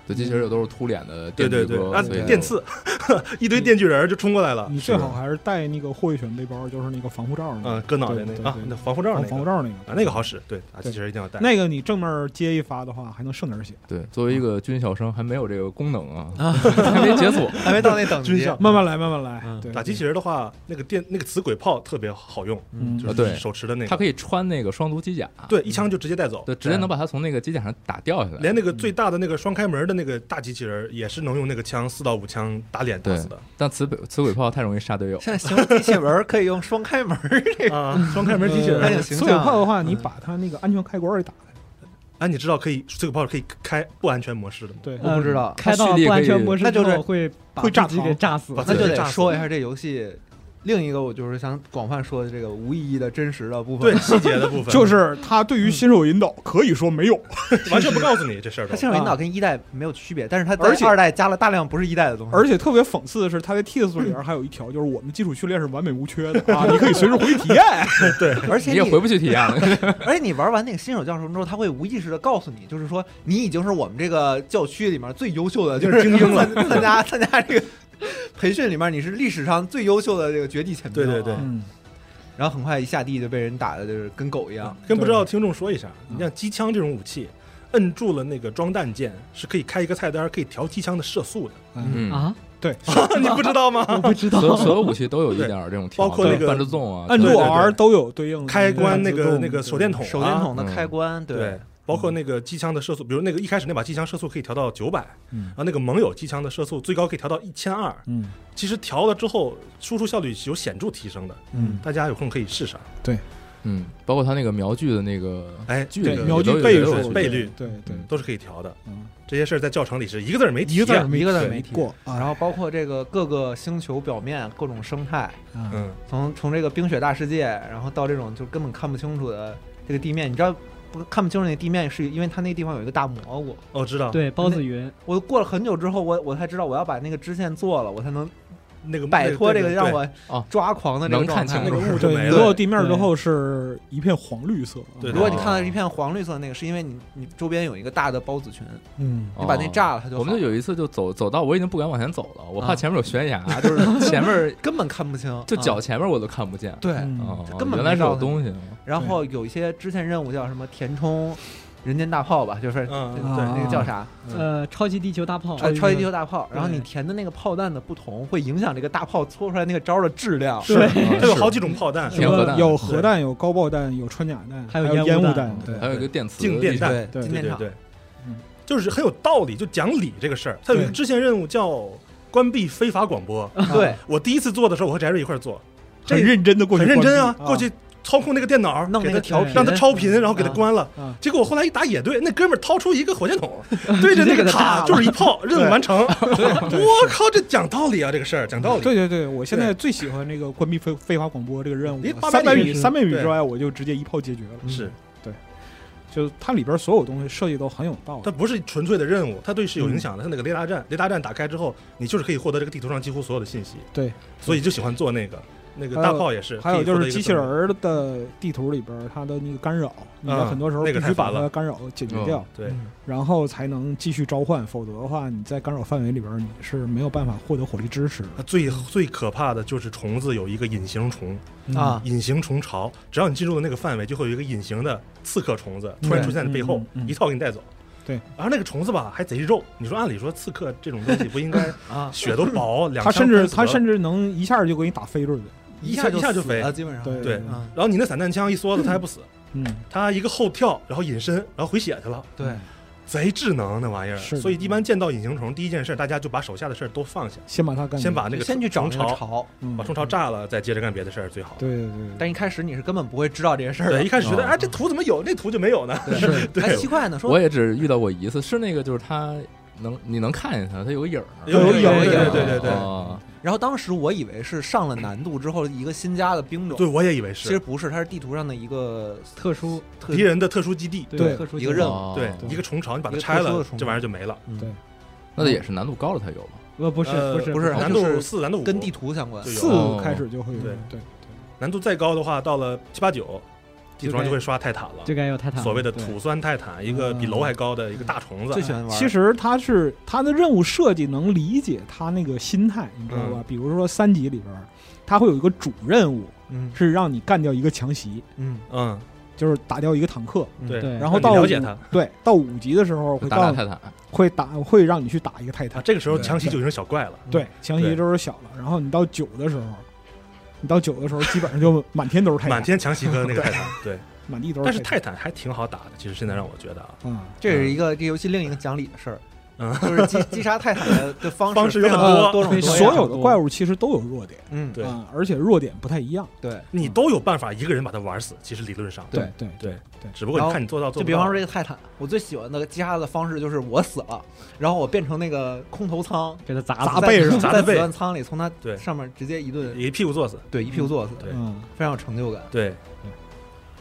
对机器人有都是秃脸的对对电击对，哥啊，所以电刺 一堆电锯人就冲过来了，你最好还是带那个霍一犬背包，就是那个防护罩那嗯个，，割脑袋那对对个啊对，那防护罩那防个防护罩那啊个，，那个好使，对，打机器人一定要带。那个你正面接一发的话，还能剩点血。嗯对，作为一个军校生还没有这个功能啊，还没 解锁，还没到那等级。军校慢慢来，慢慢来。嗯对，打机器人，人的话，那个电那个磁轨炮特别好用，嗯，就啊是对手持的那他个，可以穿那个双足机甲，对，一枪就直接带走，对，直接能把他从那个机甲上打掉下来，连那个最大的那个双开门的那个大机器人也是能用那个枪四到五枪打脸打死的但磁轨磁轨炮太容易杀队友，现在形容机器人儿可以用双开门儿，这个啊，双开门机器还人挺。形所象有啊炮的话，你嗯把它那个安全开关给打开。哎，你知道可以这个炮可以开不安全模式的吗？对，呃我不知道开它到蓄力不可安以全模式那之就是后会把会炸自己给膛炸死把。那就炸得死说一下这游戏另一个，我就是想广泛说的这个无意义的真实的部分。对，细节的部分， 就是它对于新手引导可以说没有，完全不告诉你这事儿它都。啊新手引导跟一代没有区别，但是它而在且二代加了大量不是一代的东西。而且特别讽刺的是，它在 TS 里边还有一条，就是我们基础训练是完美无缺的啊，你可以随时回去体验。而且你也回不去体验 了， 而且你玩完那个新手教程之后，他会无意识的告诉你，就是说你已经是我们这个教区里面最优秀的， 就是精英了。参加 参加这个培训里面，你是历史上最优秀的这个绝地前对兵、对对， 嗯，然后很快一下地就被人打的就是跟狗一样。跟不知道听众说一下，你像机枪这种武器，摁住了那个装弹键，是可以开一个菜单，可以调机枪的射速的。哎嗯，啊，你不知道吗？我不知道所有所有武器都有一点儿这种调包括那个半自动啊，按住对对对 R 都有嗯对应的开关那自个动那个手电筒、手电，筒的开关，啊嗯对，包括那个机枪的射速，比如那个一开始那把机枪射速可以调到九百，嗯然后那个盟友机枪的射速最高可以调到一千二。嗯其实调了之后，输出效率是有显著提升的，嗯，大家有空可以试啊试。嗯，包括他那个瞄具的那个哎距对离，瞄具也都有倍也都有数倍率对对，都是可以调的。嗯这些事儿在教程里是一个字儿没提啊，一个字儿一个字儿没没提提过啊，然后包括这个各个星球表面各种生态，嗯嗯，从从这个冰雪大世界，然后到这种就根本看不清楚的这个地面，你知道不看不清楚那地面是因为它那地方有一个大蘑菇。哦，知道，对包子云，我过了很久之后，我我才知道我要把那个支线做了，我才能那个摆脱这个对让我哦抓狂的这个能看状态。那清楚个雾就没对，落了到。地面之后是一片黄绿色。啊对如果你看到一片黄绿色的那个，是因为你你周边有一个大的孢子群，嗯，你把那炸了，它就我们好就有一次就走走到我已经不敢往前走了，我怕啊前面有悬崖，就是 前面根本看不清， 就脚啊前面我都看不见。对。嗯哦这根本原来没是有照东西。然后有一些支线任务叫什么填充人间大炮吧，就是嗯对啊那个叫啥呃，超级地球大炮，超级超级地球大炮，对然后你填的那个炮弹的不同，会影响这个大炮搓出来那个招的质量。对，它哦 有好几种炮弹，是有核弹有核弹，有高爆弹，有穿甲弹，还还有烟烟雾弹弹，对还有一个电磁静电弹对对今对天对场对，就是很有道理，就讲理这个事儿。它有一个对支线任务叫关闭非法广播，对，我第一次做的时候，我和翟瑞一块儿做，这很认真的过去关很认闭，真啊，啊过去操控那个电脑，弄给那他个调对频让，他超频，然后给他啊关了。啊结果我后来一打野队，那哥们儿掏出一个火箭筒，对着那直接给个他炸塔了就是一炮，任务完成。啊我靠，这讲道理啊，这个事儿讲道理。哦对对对，我现在最喜欢这个关闭废废话广播这个任务离了， 800三百米米是三百米对之外我就直接一炮解决了。是，就它里边所有东西设计都很有道它理。不是纯粹的任嗯务，它对是有影响的。它那个雷达站，雷达站打开之后，你就是可以获得这个地图上几乎所有的信息。对，所以就喜欢做那个那个还有大炮也是。还有可以获就得一是个机器人儿的地图里边，它的那个干扰，你在嗯很多时候那必个须太把烦它了的干扰解决掉，对嗯然后才能继续召唤，否则的话你在干扰范围里边你是没有办法获得火力支持的啊最最可怕的就是虫子有一个隐形虫，嗯啊，隐形虫巢，只要你进入了那个范围，就会有一个隐形的刺客虫子突然对出现在你背后嗯，嗯嗯一套给你带走。对，然后那个虫子吧还贼肉，你说按理说刺客这种东西不 应该啊，血都薄，两它甚至它甚至至能一下就给你打飞出去。一下一下就死飞了，基本上对对啊，然后你那散弹枪一梭子它还不死，嗯，它一个后跳，然后隐身，然后回血去了，对，贼智能那玩意儿。是的所以一般见到隐形虫，第一件事大家就把手下的事儿都放下，先把它干掉，先把那个先去找虫那个巢，巢，嗯把虫巢炸了，再接着干别的事儿最好。 对对对对，但一开始你是根本不会知道这些事儿的对，一，开始觉得嗯哎这图怎么有，那图就没有呢？是 对还奇怪呢，我说也只遇到过一次，是那个就是他能你能看见他，他有个影儿，有有对有对有对对对哦然后当时我以为是上了难度之后一个新加的兵种，对，我也以为其实是不是，它是地图上的一个特殊特敌人的特殊基地，对特殊一个任务哦对，一个虫巢，你把它一个拆特殊了的，虫这玩意儿就没了。嗯对那得也是难度高了才有吧？呃不是呃不是不是难就度是四、难度五，跟地图相关对，四哦开始就会有对对。难度再高的话，到了七八九，地图上就会刷泰坦了就。该有泰坦所谓的对土酸泰坦，一个比楼还高的一个大虫最子，喜欢玩儿。其实他是他的任务设计能理解他那个心态，你知道嗯吧？比如说三级里边儿，他会有一个主任务嗯是让你干掉一个强袭，嗯，嗯，就是打掉一个坦克。对对然后你到了五解他对到五级的时候会打打告泰坦，会打会让你去打一个泰啊，坦，这个时候强袭就已经小怪了，对强袭都是小了。然后你到九的时候，你到九的时候基本上就满天都是泰坦，满天强袭和那个泰坦，对，满地都但是泰泰坦还挺好打的，其实现在让我觉得啊，坦啊，这是一个这游戏另一个讲理的事儿， 嗯就是击击杀泰坦 的的方方式有非很常多呃多种非多常所样，有的怪物其实都有弱点，嗯，对啊，而且弱点不太一样。对。你都有办法一个人把他玩死，其实理论上，对对对对只不过然你后看你做到做就不比到方说这个泰坦，我最喜欢的击杀的方式就是我死了，然后我变成那个空投仓，给他砸砸死背上砸在在背子弹仓里，从它对上面直接一顿一屁股坐死，对一屁股坐死，对嗯，非常有成就感。对，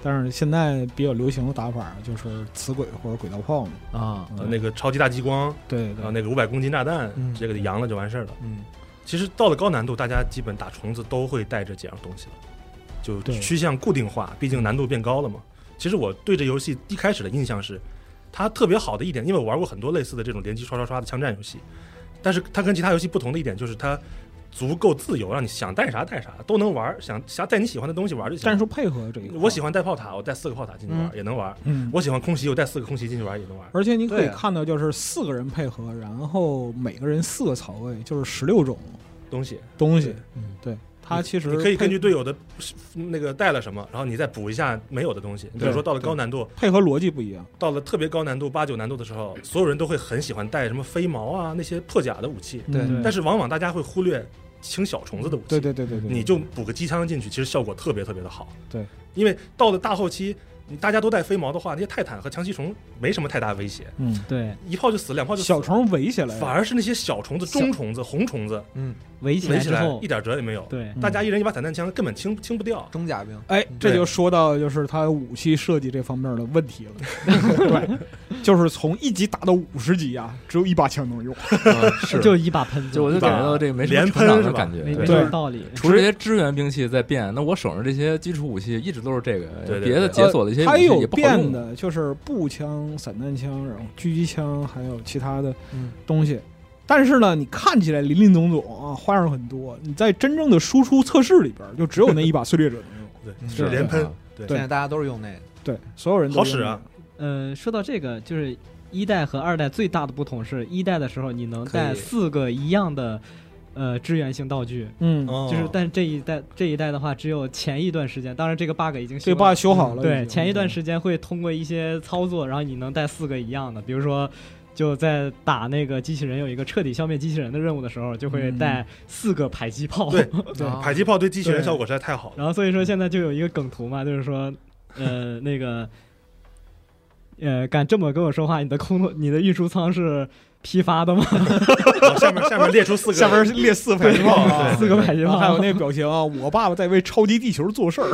但是现在比较流行的打法就是磁轨或者轨道炮嘛。啊，呃那个啊超级大激光，嗯对然后那个五百公斤炸弹，嗯直接给它扬了就完事儿了。嗯，其实到了高难度，大家基本打虫子都会带着几样东西了，就对趋向固定化，毕竟难度变高了嘛。其实我对这游戏一开始的印象是，它特别好的一点，因为我玩过很多类似的这种连击刷刷刷的枪战游戏，但是它跟其他游戏不同的一点就是它足够自由，让你想带啥带啥都能玩，想想带你喜欢的东西玩就行。战术配合这一块，我喜欢带炮塔，我带四个炮塔进去玩、也能玩；嗯，我喜欢空袭，我带四个空袭进去玩也能玩。而且你可以对啊看到，就是四个人配合，然后每个人四个槽位，就是十六种东西东西对。嗯对，它其实你可以呃配根据队友的那个带了什么，然后你再补一下没有的东西。比如说到了高难度，配合逻辑不一样。到了特别高难度八九难度的时候，所有人都会很喜欢带什么飞毛啊那些破甲的武器，对嗯但是往往大家会忽略清小虫子的武器。对对对对对，你就补个机枪进去，其实效果特别特别的好。对，因为到了大后期，你大家都带飞毛的话，那些泰坦和强袭虫没什么太大威胁，嗯，对一炮就死，两炮就死小。虫围起来，反而是那些小虫子、小中虫子、红虫子嗯，围起围来起之来后一，点辙也没有，对嗯大家一人一把散弹枪，根本清清不掉。中甲兵，哎，这对就说到就是它武器设计这方面的问题了。 对，就是从一级打到五十级啊，只有一把枪能用。是就一把喷子，就我就对感吧觉到这个没什连么喷成长是的吧感觉，没对没对什么道理。除了这些支援兵器在变，那我手上这些基础武器一直都是这个，对对别的对解锁的一些武它器有也不好变用。的，就是步枪、散弹枪，然后狙击枪，还有其他的嗯东西。但是呢，你看起来林林总总啊，花样很多。你在真正的输出测试里边，就只有那一把碎裂者能用。对，嗯就是连喷啊。现在大家都是用那个，对，所有人都好使啊呃，说到这个，就是一代和二代最大的不同是，一代的时候你能可以带四个一样的呃支援性道具，用的。嗯，哦就是但这一代这一代的话，只有前一段时间，当然这个 bug 已经这修把了。修好了。嗯嗯对，前一段时时间会通过一些操作，然后你能带四个一样的，比如说就在打那个机器人有一个彻底消灭机器人的任务的时候，就会嗯带四个迫击炮。对对啊迫击炮对机器人效果实在太好了。然后所以说现在就有一个梗图嘛，就是说，呃， 那个，呃，敢这么跟我说话，你的空你的运输舱是批发的吗？然后下面下面列出四个，下边列四个迫击炮啊，四个迫击然后炮，还有那个表情啊，我爸爸在为超级地球做事儿。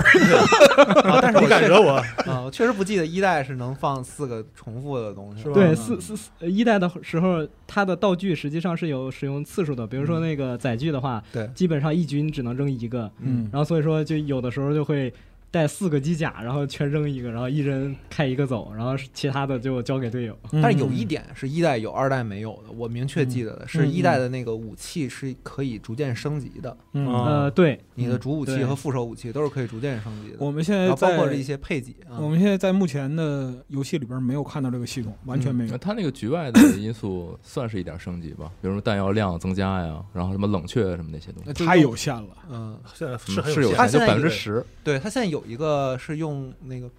啊但是你我敢确惹我？啊，我确实不记得一代是能放四个重复的东西，是吧对嗯四四四呃一代的时候，它的道具实际上是有使用次数的，比如说那个载具的话，对基本上一局你只能扔一个，嗯然后所以说就有的时候就会。带四个机甲，然后全扔一个，然后一人开一个走，然后其他的就交给队友。但但是有一点是一代有，二代没有的，我明确嗯记得的是一代的那个武器是可以逐渐升级的，嗯，啊呃，对，你的主武器对和副手武器都是可以逐渐升级的，嗯我们现然在啊后包在括这一些配给啊我，们现在在目前的游戏里边没有看到这个系统，完嗯全没有。它那个局外的因素算是一点升级吧，比如说弹药量增加呀，然后什么冷却什么那些东西，那就太用有限了，嗯， 现在是嗯很是有限它限，现就在百分有之十。对，它现在有一个是用那个。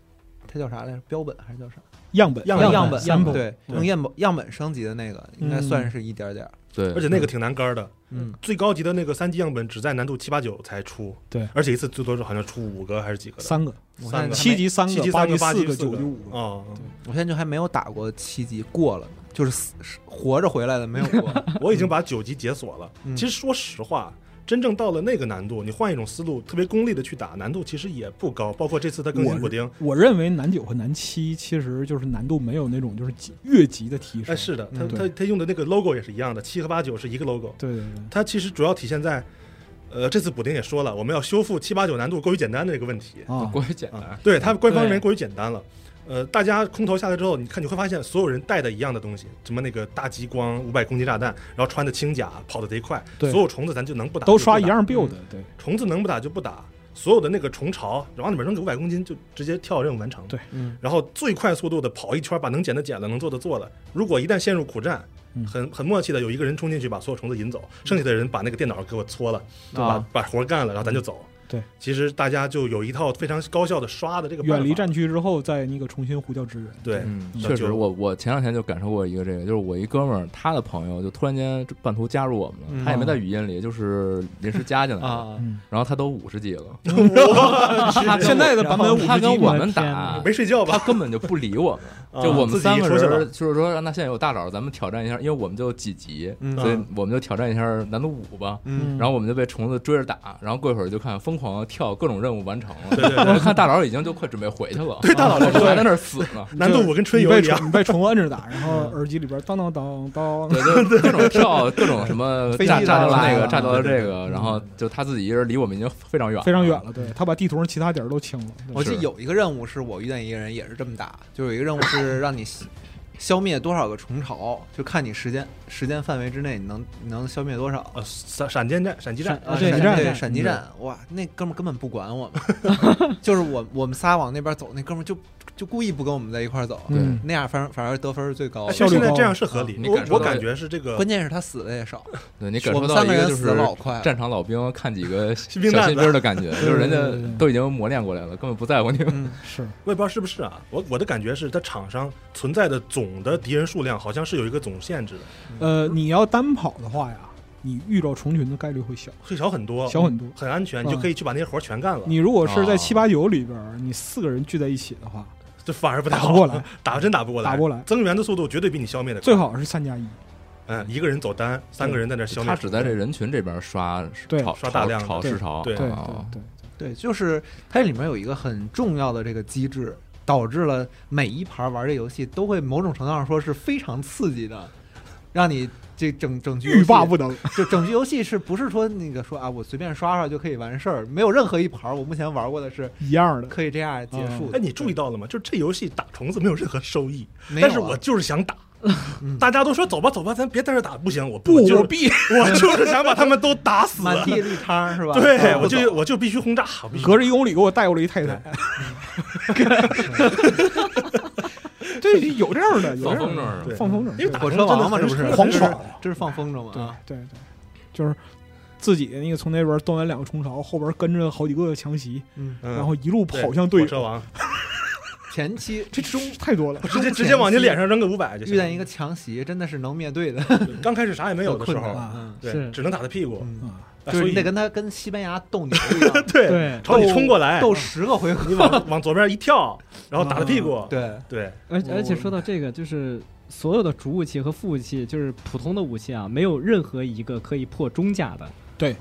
它叫啥来着？标本还是叫啥？样本样本样本样本对，对用样本样本升级的那个，应该算是一点点儿。对，而且那个挺难杆的。嗯，最高级的那个三 G 样本只在难度七八九才出，对而且一次最多是好像出五个还是几个的。三个，我现三在个还七没级三七级八三级个，八四级个，九级个五个。哦，我现在就还没有打过七级过了呢，就是死是活着回来的没有过。嗯我已经把九级解锁了。嗯其实说实话，真正到了那个难度，你换一种思路，特别功利的去打，难度其实也不高。包括这次它更新补丁，我认为难九和难七其实就是难度没有那种就是级越级的提升。哎，是的，它嗯它它用的那个 logo 也是一样的，七和八九是一个 logo。对对对，它其实主要体现在，呃，这次补丁也说了，我们要修复七八九难度过于简单的这个问题。啊，过于简啊单，，对它官方认为对过于简单了。呃，大家空投下来之后，你看你会发现所有人带的一样的东西，什么那个大激光五百公斤炸弹，然后穿的轻甲，跑得贼快，对所有虫子咱就能不打都就不刷一打样 build，对虫子能不打就不打，所有的那个虫巢，往里面扔个五百公斤就直接跳任务完成。对嗯，然后最快速度的跑一圈，把能捡的捡了，能做的做了。如果一旦陷入苦战嗯，很很默契的有一个人冲进去把所有虫子引走，剩下的人把那个电脑给我搓了，啊把把活干了，然后咱就走。嗯对，其实大家就有一套非常高效的刷的这个办法远离战区之后再那个重新呼叫支援。对，嗯，嗯确实，就我我前两天就感受过一个这个，就是我一哥们儿，他的朋友就突然间半途加入我们嗯了，他也没在语音里，就是临时 加进来的，啊，嗯，然后他都五十几了， 他现在的版本五他十跟级我嘛，们天打哪，没睡觉他吧？根本就不理我们。啊就我们三个自己说去了人，就是说，啊那现在有大佬，咱们挑战一下，因为我们就几级，嗯所以我们就挑战一下难度五吧。嗯，然后我们就被虫子追着打，然后过一会儿就看疯狂跳各种任务完成 了。对对然 后对，看大佬已经就快准备回去了，对大佬来 我说们还在那儿死呢，难度五跟春你游被一样。嗯虫你被虫摁着打，然后耳机里边当当当当，对，就各种跳，各种什么飞机炸炸来到那了个，炸到对对这个，然后就他自己一人离我们已经非常远，非常远。了。对他把地图上其他点儿都清了。对我记得是有一个任务是我遇见一个人也是这么打，就是有一个任务是让你消消灭多少个虫巢，就看你时间时间范围之内你能你能消灭多少。呃，闪闪电战、闪击战，啊闪闪击战对战闪击战，哇，那哥们儿根本不管我们， 就是我我们仨往那边走，那哥们儿就就故意不跟我们在一块儿走，嗯那样反而反而得分是最高哎的。效率现在高啊这样是合理。啊你我感受我到感了觉是这个关键是他死的也少，对你感我受们到三一个个人就死得是老快了，战场老兵看几个小新新兵蛋子兵儿的感觉，就是人对对对家都已经磨练过来了，根本不在乎你们。嗯，是我也不知道是不是啊，我我的感觉是，它场上存在的总的敌人数量好像是有一个总限制的，呃，你要单跑的话呀，你遇到虫群的概率会小会少很多，小很多。很安全，嗯你就可以去把那些活儿全干了。你如果是在哦七八九里边儿，你四个人聚在一起的话，这反而不太打好，不过来，打真打不过来，打不过来增援的速度绝对比你消灭的快最，好是三加一。嗯，一个人走单，三个人在那消灭。他只在这人群这边刷对炒刷大量的炒对市潮，对对哦对对，就是它里面有一个很重要的这个机制，导致了每一盘玩这游戏都会某种程度上说是非常刺激的，让你这整整局对，欲罢游戏不能。就整局游戏是不是说那个说啊我随便刷刷就可以完事儿？没有任何一盘我目前玩过的是一样的。 可以这样结束的。哎，你注意到了吗？就这游戏打虫子没有任何收益，没有但啊是我就是想打嗯。大家都说走吧走吧，咱别在这打，不行，我不，我就是我必我就是想把他们都打死。满地绿汤是吧？对，哎啊我就不走我就必须轰炸，我必须隔着一公里给我带过来一 太太。对，有这样的，有放这样风筝的，儿对放风筝因为打火车王嘛，这这不是狂爽这是这是放风筝对嘛？啊对对，就是自己那个从那边端完两个冲勺，后边跟着好几个强袭，嗯，然然后一路跑向队对火车友。王，前期这中太多了，直接直接往你脸上扔个五百就行遇见一个强袭，真的是能面对的，刚开始啥也没有的时困候嗯难，啊对，是只能打他屁股，嗯啊，啊就所是以你得跟他跟西班牙斗牛一样， 对，对，朝你冲过来，斗十个回合，你往往左边一跳，然后打他屁啊股，对， 对，而且我而且说到这个，就是所有的主武器和副武器，就是普通的武器啊，没有任何一个可以破中甲的。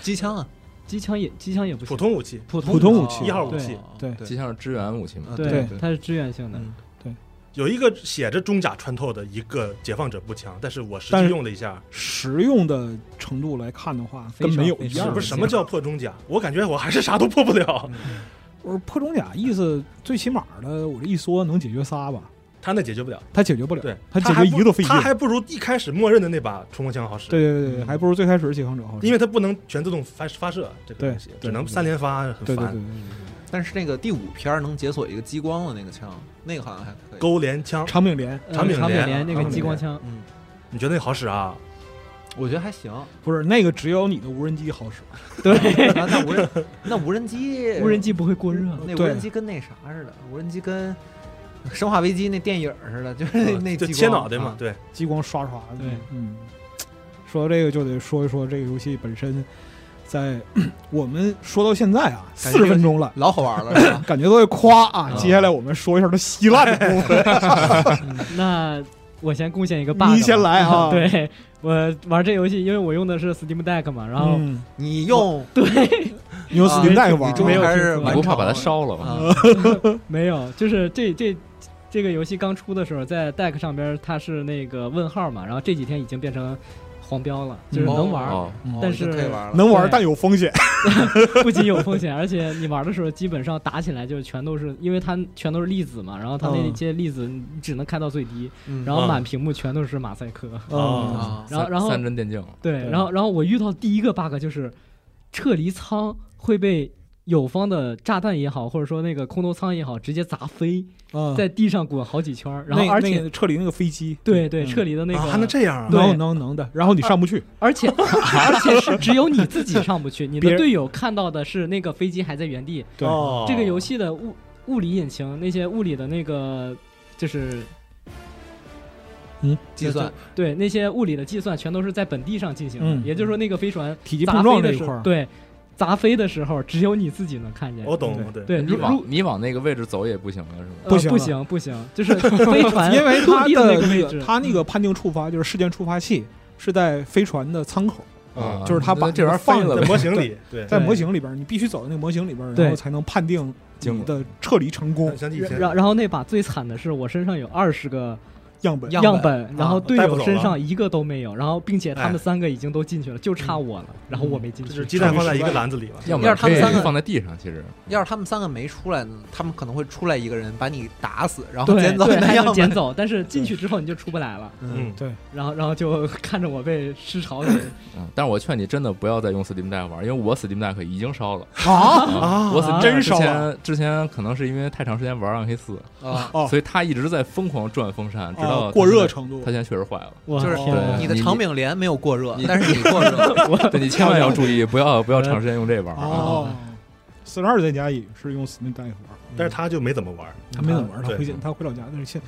机枪啊，机枪也机枪也不行普，通武器，普通普通武器武哦啊器一号武器对对机枪是支援武器嘛？嗯对对对，它是支援性的。嗯有一个写着中甲穿透的一个解放者步枪，但是我实但际是用了一下，实用的程度来看的话，非跟常没有非一样常的。嗯是不是什么叫破中甲？我感觉我还是啥都破不了。我说破中甲意思最起码的，我这一说能解决仨吧，他那解决不了，他解决不了，对他解还决不一个都费劲他。还不如一开始默认的那把冲锋枪好使。对对对对，嗯还不如最开始的解放者好使。因为它不能全自动发发射这个对东西，只对能对三连发，很对对对烦。对，对但是那个第五片儿能解锁一个激光的那个枪，那个好像还可以。勾连枪，长柄连呃长柄长连柄连那长个柄激光 连枪，嗯，你觉得那好使啊？我觉得还行。不是那个，只有你的无人机好使。 对，那那无人那无人机 无人机不会过热。那无对人机跟那啥似的，无人机跟《生化危机》那电影似的， 就是那那呃就激切光啊脑袋嘛，，对，激光刷刷的。对嗯，说到这个就得说一说这个游戏本身在， 我们说到现在啊，感四觉十分钟了？啊。老好玩 了，是吧感觉都在夸啊！啊接下来我们说一下它稀烂的部分。那我先贡献一个 bug，吧你先来啊 对我玩这游戏，因为我用的是 Steam Deck 嘛，然后嗯，你用你用啊 Steam Deck 你玩终没于有嗯还是你听说完不成怕把它了烧了吧？啊？没有，就是这这这个游戏刚出的时候，在 Deck 上边它是那个问号嘛，然后这几天已经变成黄标了，就是能玩，哦，嗯但哦是就可以玩了。能玩对，但有风险。不仅有风险，而且你玩的时候基本上打起来就全都是，因为它全都是粒子嘛，然后它那嗯些粒子你只能开到最低，嗯然后嗯满屏幕全都是马赛克，嗯啊，然后然后三针电竞，对，对然后然后我遇到第一个 bug 就是撤离舱会被友方的炸弹也好，或者说那个空投舱也好，直接砸飞，嗯，在地上滚好几圈儿，然后那而那且个撤离那个飞机，对对，嗯撤离的那个啊还能这样啊？对能能能的，然后你上不去，而且而且是只有你自己上不去，你别的人队友看到的是那个飞机还在原地。对哦这个游戏的物物理引擎那些物理的那个就是计算对那些物理的计算全都是在本地上进行的，嗯也就是说那个飞船体积砸碰飞撞这的一时块候，儿，哦对砸飞的时候只有你自己能看见。我懂，对，对，你如往如你往那个位置走也不行了，是吗？呃不行不了行不行， 就是飞船因为落它地的那的个位那置嗯个，它那个判定触发就是事件触发器是在飞船的舱口，啊就是他把那这玩意儿废放了了在呗，模型里，对，在模型里边儿，你必须走到那个模型里边儿，对然后才能判定经你过的撤离成功想起以前然然后那把最惨的是我身上有二十个样本。啊样样本本，然后队带不友走身了上一个都没有，然后并且他哎们三个已经都进去了，嗯就差我了，然后我没进就去。是鸡蛋放在一个篮子里嘛，要么要是他们可以三个放在地上，其实要是他们三个没出来呢，他们可能会出来一个人把你打死，然后对捡走你对，的还能样捡本。走，但是进去之后你就出不来了，嗯，嗯，然后然后就看着我被尸潮给嗯，但是我劝你真的不要再用 Steam Deck 玩，因为我 Steam Deck 已经烧了 啊啊！我 Steam 真 Deck 之烧前之前可能是因为太长时间玩暗黑四，嗯啊，哦所以它一直在疯狂转风扇，直到啊过热它程度现在它现在确实坏了。我就是天哪对你的长柄连没有过热，但是你 过热。对你千万要注意，不要不要长时间用这玩儿啊！哦，四十二在家也是用 Steam Deck 玩，但是他就没怎么玩，他没怎么玩，他对回家他回老家，但是现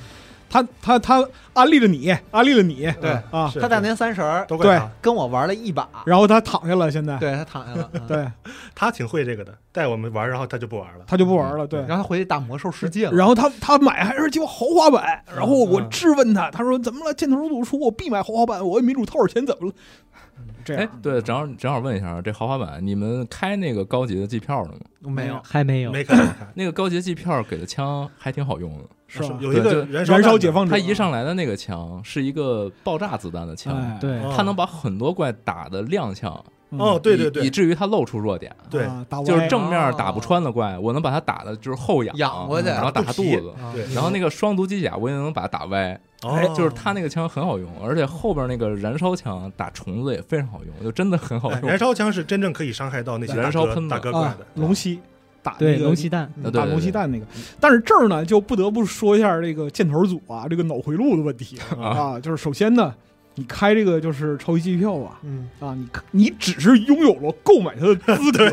他他他安利了你，安利了你对啊，是他大年三十儿都怪他，跟我玩了一把，然后他躺下了，现在对他躺下了，嗯，对他挺会这个的，带我们玩，然后他就不玩了。他就不玩了，对。然后他回去打魔兽世界了。然后他他买还是鸡巴豪华版，然后我嗯质问他，他说怎么了？箭头组出我必买豪华版，我也没主掏点钱，怎么了？嗯这哎样，对，正好正好问一下，这豪华版你们开那个高级的季票了吗？没有，还没有，没看，没看那个高级季票给的枪还挺好用的，是吧？有一个对燃燃弹烧的 解，放者，它一上来的那个枪是一个爆炸子弹的枪，哎，对哦它能把很多怪打的踉跄，嗯哦，对对以以对至于它露出弱点。对啊打就歪是正面打不穿的怪，我能把它打的就是后仰，仰哦过去然后打它肚子。啊对，然后那个双毒机甲我也能把它打歪，哎，哦就是它那个枪很好用，而且后边那个燃烧枪打虫子也非常好用，就真的很好哎用。燃烧枪是真正可以伤害到那些燃大烧哥喷子大哥怪啊的，，哦龙吸打对那个龙息蛋，啊对打对龙对息蛋那个。但是这儿呢，就不得不说一下这个箭头组啊，这个脑回路的问题啊啊，就是首先呢，你开这个就是超级机票吧，嗯，啊，你你只是拥有了购买它的资 格，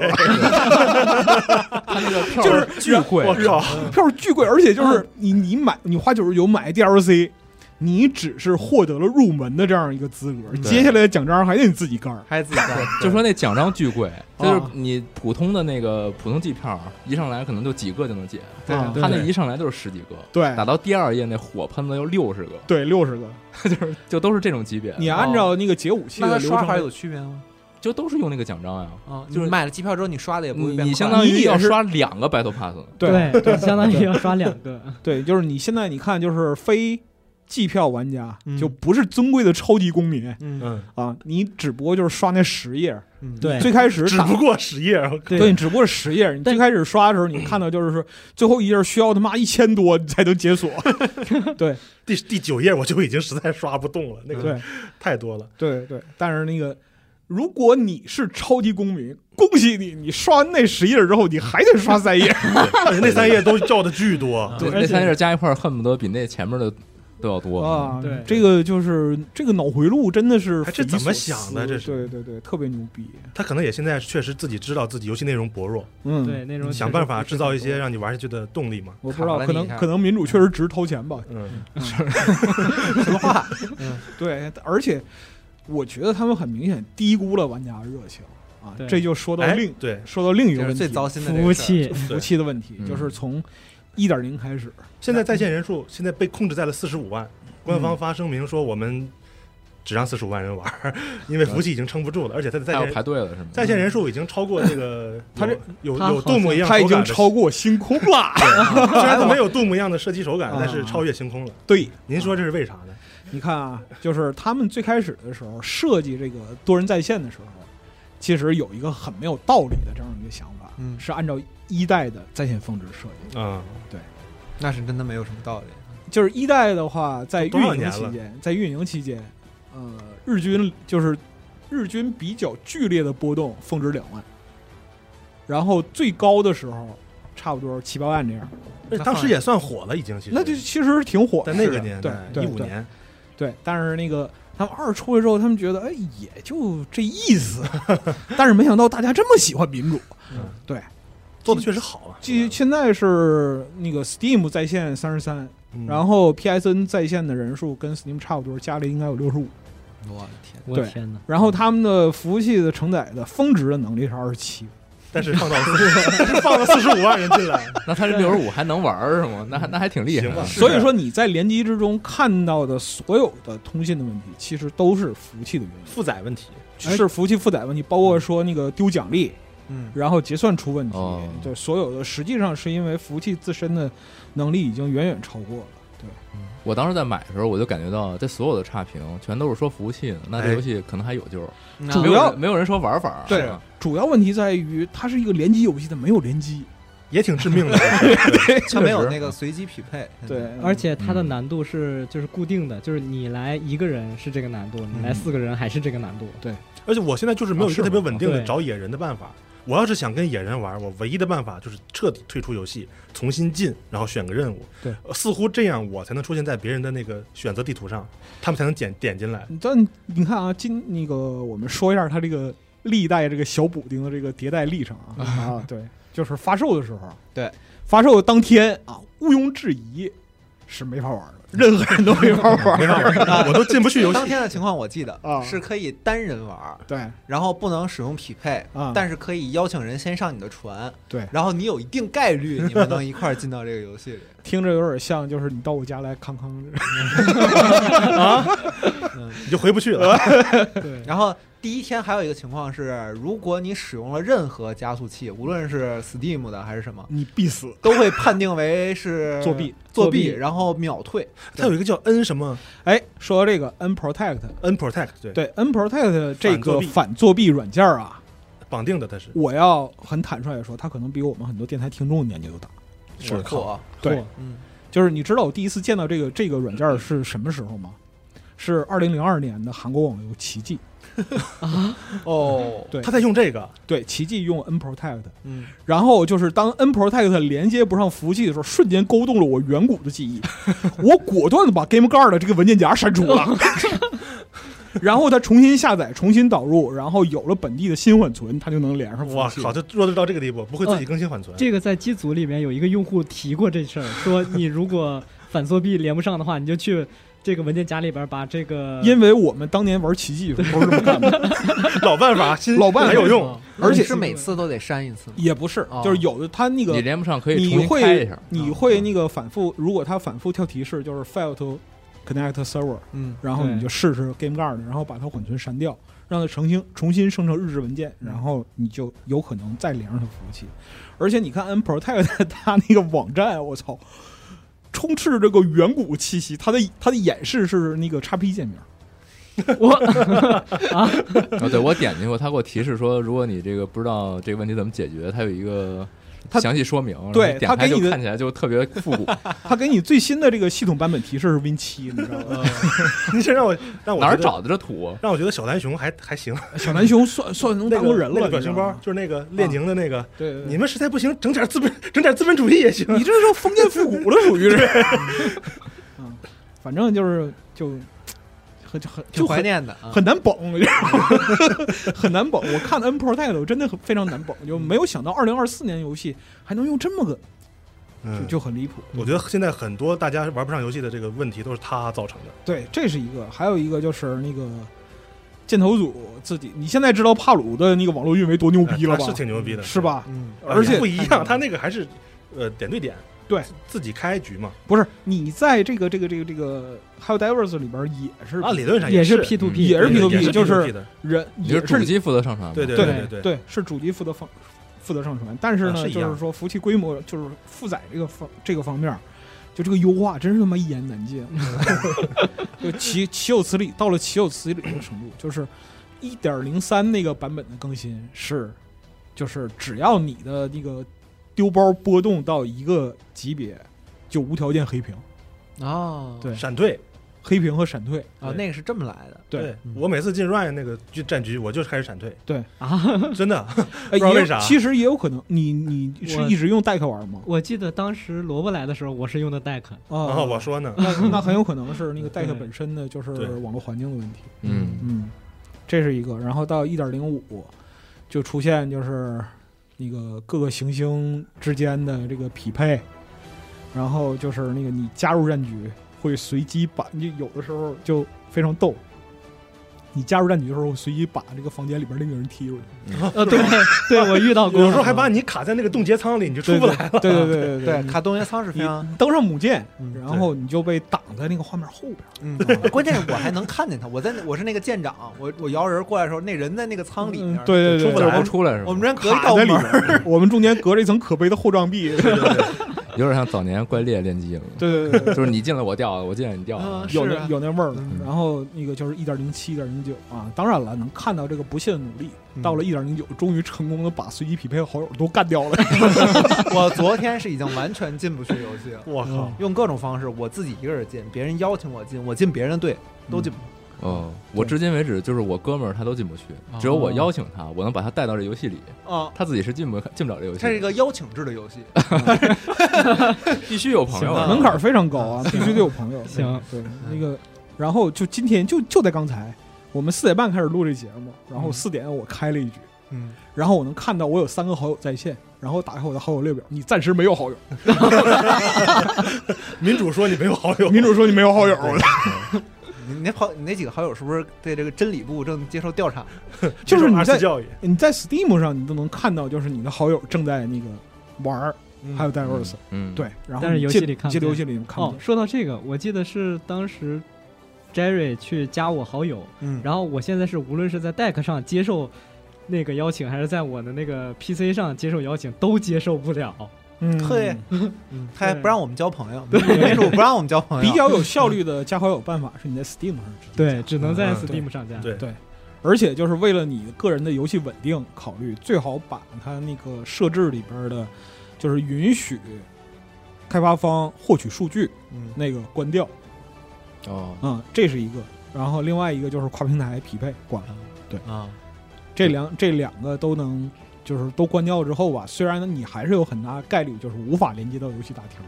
他那个票就是巨贵，我靠，票是巨贵，而且就是你你买你花九十九买 DLC，你只是获得了入门的这样一个资格，对接下来的奖章还得你自己干儿。还自己干，就说那奖章巨贵，就是你普通的那个普通机票一上来可能就几个就能解，对啊对他那一上来就是十几个，对打到第二页那火喷子有六十个，对，六十个，就是就都是这种级别，你按照那个解武器哦的那和流刷程法有区别吗？就都是用那个奖章呀。啊，就是你买了机票之后你刷的也不会你变快。你相当你于也要是刷两个 battle pass，呢对对对，相当于要刷两个。对，就是你现在你看，就是非季票玩家嗯，就不是尊贵的超级公民嗯嗯，啊，你只不过就是刷那十页，嗯对最开始只打不过十页，对，你只不过是十页，你最开始刷的时候，你看到就是说最后一页需要他妈一千多你才能解锁。第第九页我就已经实在刷不动了，那个对太多了。对对，但是那个如果你是超级公民，恭喜你，你刷完那十页之后，你还得刷三页。而且那三页都叫的巨多，对，而且那三页加一块儿恨不得比那前面的都要多。啊，对这个就是这个脑回路真的是哎匪这夷怎么所想思的这是对对对，特别牛逼。他可能也现在确实自己知道自己游戏内容薄弱，嗯，对，那种想办法制造一些让你玩下去的动力嘛。我不知道，卡了可你能一下可能民主确实值掏钱吧。嗯，什么话？对，而且我觉得他们很明显低估了玩家的热情啊对，这就说到哎另，对，说到另一个这问是题，最糟心的这个服务事儿，器，服务器的问题，嗯就是从一点零开始，现在在线人数现在被控制在了四十五万，嗯官方发声明说我们只让四十五万人玩嗯儿，因为服务器已经撑不住了，而且它的在还要线排队了是吗？在线人数已经超过这个有，它这有它有好像杜牧一样它已手感经的，超过星空了。 虽然它没有杜牧一样的射击手感，啊但是超越星空了。对，您说这是为啥呢？你看啊，就是他们最开始的时候设计这个多人在线的时候，其实有一个很没有道理的这样一个想法，嗯是按照一代的在线峰值设计的。啊，那是真的没有什么道理。就是一代的话，在多运少营年期了间，在运营期间，呃，日均就是日均比较剧烈的波动，峰值两万，然后最高的时候差不多七八万这样，而且当时也算火了，已经其实那就其实挺火在的。那个是年对代，对一五对年，对，但是那个他们二出来之后，他们觉得哎也就这意思， 但是没想到大家这么喜欢民主。嗯对，做的确实好啊。继现在是那个 Steam 在线三十三，嗯然后 PSN 在线的人数跟 Steam 差不多，加了应该有六十五。我的天，我对天哪！然后他们的服务器的承载的峰值的能力是二十七，但 是放到但是放了四十五万人进来，那他这六十五还能玩儿是吗？那还那还挺厉害行吧的。是所以说你在联机之中看到的所有的通信的问题，其实都是服务器的原因，哎 负载问题，是服务器负载问题，包括说那个丢奖励，嗯，然后结算出问题哦，对所有的实际上是因为服务器自身的能力已经远远超过了。我当时在买的时候，我就感觉到这所有的差评全都是说服务器的，那哎这游戏可能还有救儿。嗯那主没有要人没有人说玩法儿，啊对是吧主要问题在于它是一个联机游戏，它没有联机，也挺致 命的。对它没有那个随机匹配。对，而且它的嗯难度是就是固定的，就是你来一个人是这个难度，你来嗯四个人还是这个难度。而且我现在哦就是没有一个特别稳定啊是的吗找野人的办法。我要是想跟野人玩，我唯一的办法就是彻底退出游戏，重新进，然后选个任务。对呃，似乎这样我才能出现在别人的那个选择地图上，他们才能点点进来。但你看啊，今那个我们说一下它这个历代这个小补丁的这个迭代历程 啊，啊，对，就是发售的时候，对，发售当天啊，毋庸置疑是没法玩的，任何人都没法玩没儿。办 法，我都进不去游戏当。天的情况我记得啊是可以单人玩儿，对然后不能使用匹配啊，但是可以邀请人先上你的船，对，然后你有一定概率你们能一块儿进到这个游戏里。听着有点像，就是你到我家来康康，你就回不去了。对，然后第一天还有一个情况是，如果你使用了任何加速器，无论是 Steam 的还是什么， 你必死。都会判定为 是作弊作作弊，弊然后秒退。它有一个叫 N 什么哎，说到这个 N Protect， N Protect，对，对 N Protect 这反作个弊反作弊软件啊，绑定的它是。我要很坦率的说，它可能比我们很多电台听众年纪都大。是错，对嚯嗯，就是你知道我第一次见到这个这个软件儿是什么时候吗？是二零零二年的韩国网游《奇迹》，哦，对他在用这个，对，《奇迹》用 N Protect，嗯，然后就是当 N Protect 连接不上服务器的时候，瞬间勾动了我 远古的记忆，我果断的把 Game Guard 的这个文件夹删除了。然后它重新下载、重新导入，然后有了本地的新缓存，它就能连上服哇务器。靠，就弱智到这个地步，不会自己更新缓存。这个在机组里面有一个用户提过这事儿，说你如果反作弊连不上的话，你就去这个文件夹里边把这个因为我们当年玩奇迹的时候都是这么干的， 老办法，新老办法还有用。而且是每次都得删一次吗？ 也不是哦，就是有的它那你个连不上可以重你新开一会下。嗯你会那个反复，如果它反复跳提示，就是 fail to connect server，嗯，然后你对就试试 game guard，然后把它缓存删掉，让它重新重新生成日志文件，然后你就有可能再连上它服务器。而且你看 unprotect 它那个网站，我操，充斥这个远古气息，它的它的演示是那个 x P 界面。啊，对我点进过，他给我提示说，如果你这个不知道这个问题怎么解决，它有一个它详细说明。然后对你它点开给就你的看起来就特别复古，它给你最新的这个系统版本提示是 Win 七，你知道吗？ 你这让我让我哪儿觉得？找的这图啊？让我觉得小蓝熊还还行，小南熊算算能嗯那当个过人了，啊那个你表知道情吗包，就是那个列宁的那个，对对对你们实在不行，整点资本，整点资本主义也行。嗯你这是封建复古了，属于是。 嗯，反正就是就很很挺就怀很念的啊。很难绷，你知道吗 很难绷。我看 N Protect 我真的很非常难绷，就没有想到二零二四年游戏还能用这么个，就嗯，就很离谱。我觉得现在很多大家玩不上游戏的这个问题都是他造成的。对，这是一个，还有一个就是那个。箭头组自己，你现在知道帕鲁的那个网络运维多牛逼了哎吧？是挺牛逼的，是？吧？嗯，啊而且也不一太牛样，了 他那个还是呃点对点，对自，自己开局嘛。不是你在这个这个这个这个 Hello Divers 里边也是按啊理论上也是是 P to P，也是对 P2P 也就是 P2P 的人嗯你就也是是主机负责上传嘛？对对对对对，是主机负责放负责上传，但是啊呢，是一样就是说服务器规模，就是负载这个方这个方面儿，就这个优化真是他妈一言难尽，就岂岂有此理！到了岂有此理的程度，就是一点零三那个版本的更新是，就是只要你的那个丢包波动到一个级别，就无条件黑屏、哦，对闪退。黑屏和闪退。啊，那个是这么来的。对对嗯我每次进 Ryan 那个局战局，我就是开始闪退， 啊！真的。哎，知道也有为啥其实也有可能，你你是我一直用 Deck 玩吗？我记得当时萝卜来的时候，我是用的 Deck，啊，然后 我说呢，那那很有可能是那个 Deck 对本身的就是对网络环境的问题。嗯，嗯，这是一个。然后到一点零五，就出现就是那个各个行星之间的这个匹配，然后就是那个你加入战局会随机把，你有的时候就非常逗。你加入战局的时候，随机把这个房间里边另一个人踢出去， 呃，对对，我遇啊到过，有时候还把你卡在那个冻结舱里，你就出不来了。对对对对对，你卡东原仓是非常，你登上母舰，嗯然后你就被挡在那个画面后边。嗯，关键是我还能看见他，我在那我是那个舰长，我我摇人过来的时候，那人在那个舱里面，嗯，对对对，出不就是来不出来是我们？吧之前隔一卡道在里门儿，边，我们中间隔着一层可悲的厚障壁。对有点像早年怪猎练机了，对对对，就是你进来我掉，我进来你掉。嗯有是那啊有那味儿了嗯。然后那个就是一点零七、一点零九啊，当然了，能看到这个不懈的努力。到了一点零九，终于成功的把随机匹配的好友都干掉了。我昨天是已经完全进不去游戏了，我靠！嗯用各种方式，我自己一个人进，别人邀请我进，我进别人的队都进不去。哦，我至今为止就是我哥们儿他都进不去，只有我邀请他，我能把他带到这游戏里，嗯啊，他自己是进不进不了这游戏它是一的。个邀请制的游戏， 必须有朋行友啊，吧门槛儿非常高啊，必须得有朋友。行对，那个，然后就今天就就在刚才，我们四点半开始录这节目，然后嗯四点我开了一局，嗯，然后我能看到我有三个好友在线，然后打开我的好友列表，你暂时没有好友。民主说你没有好友，民主说你没有好友，你那好，你那几个好友是不是对这个真理部正接受调查？就是你二在次教育，你在 Steam 上你都能看到，就是你的好友正在那个玩儿，嗯还有 Diverse，、嗯，对，然后但是你游进戏里看进不游见戏里看不哦，见。说到这个，我记得是当时 Jerry 去加我好友，嗯然后我现在是无论是在 Deck 上接受那个邀请，还是在我的那个 PC 上接受邀请，都接受不了。 嗯嘿，嗯，他还不让我们交朋友，民主不让我们交朋比友，较有效率的加好友办法是你在 Steam 上直接对，加只能在嗯 Steam 上架。对，而且就是为了你个人的游戏稳定考虑，最好把它那个设置里边的，就是允许开发方获取数据嗯那个关掉哦，嗯啊、这是一个。然后另外一个就是跨平台匹配关了，嗯啊，这两这两个都能。就是都关掉之后吧，虽然你还是有很大概率就是无法连接到游戏大厅，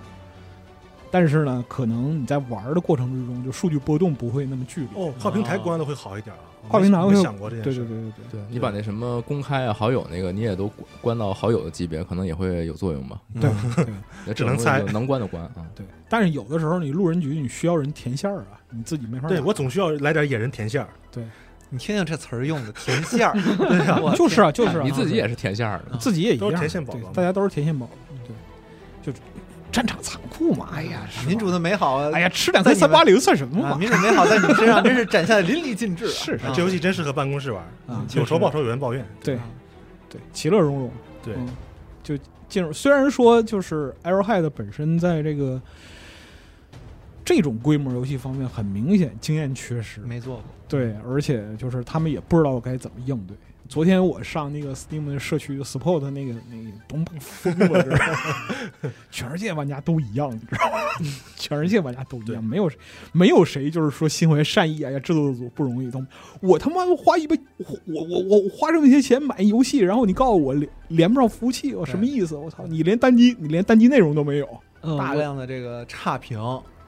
但是呢，可能你在玩的过程之中，就数据波动不会那么剧烈。哦，跨平台关了会好一点啊。跨平台我没会想过这对对件事。对对对你把那什么公开啊、好友那个，你也都关关到好友的级别，可能也会有作用吧。对嗯对对那只这种能东西猜就能关的关啊。对。但是有的时候你路人局你需要人填线儿啊，你自己没法对打我总需要来点野人填线儿。你听听这词儿用的 甜馅儿，对呀，我就是啊就是啊，你自己也是填线儿的，自己也一样，都是填线宝宝对嘛大家都是填线宝，对，就战场残酷嘛，哎呀，是吧民主，的美好啊！哎呀，吃两三三八零算什么啊， 嘛？民主美好在你身上真是展现的淋漓尽致啊。是是啊这游戏真适合办公室玩，啊，就有是仇报仇，有人抱怨。对啊对，其乐融融，对，嗯就进入。虽然说就是 Arrowhead 本身在这个这种规模游戏方面很明显经验缺失，没做过，对，而且就是他们也不知道该怎么应对。昨天我上那个 Steam 的社区 support 那个那个崩崩疯了，这是 全世界玩家都一样，你知道吗？ 全世界玩家都一对样，没有没有谁就是说心怀善意，哎呀，制作组不容易，都我他妈花一百，我我我我我花这么些钱买一游戏，然后你告诉我连连不上服务器，我什么意思？我操，你连单机你连单机内容都没有，呃大我量的这个差评，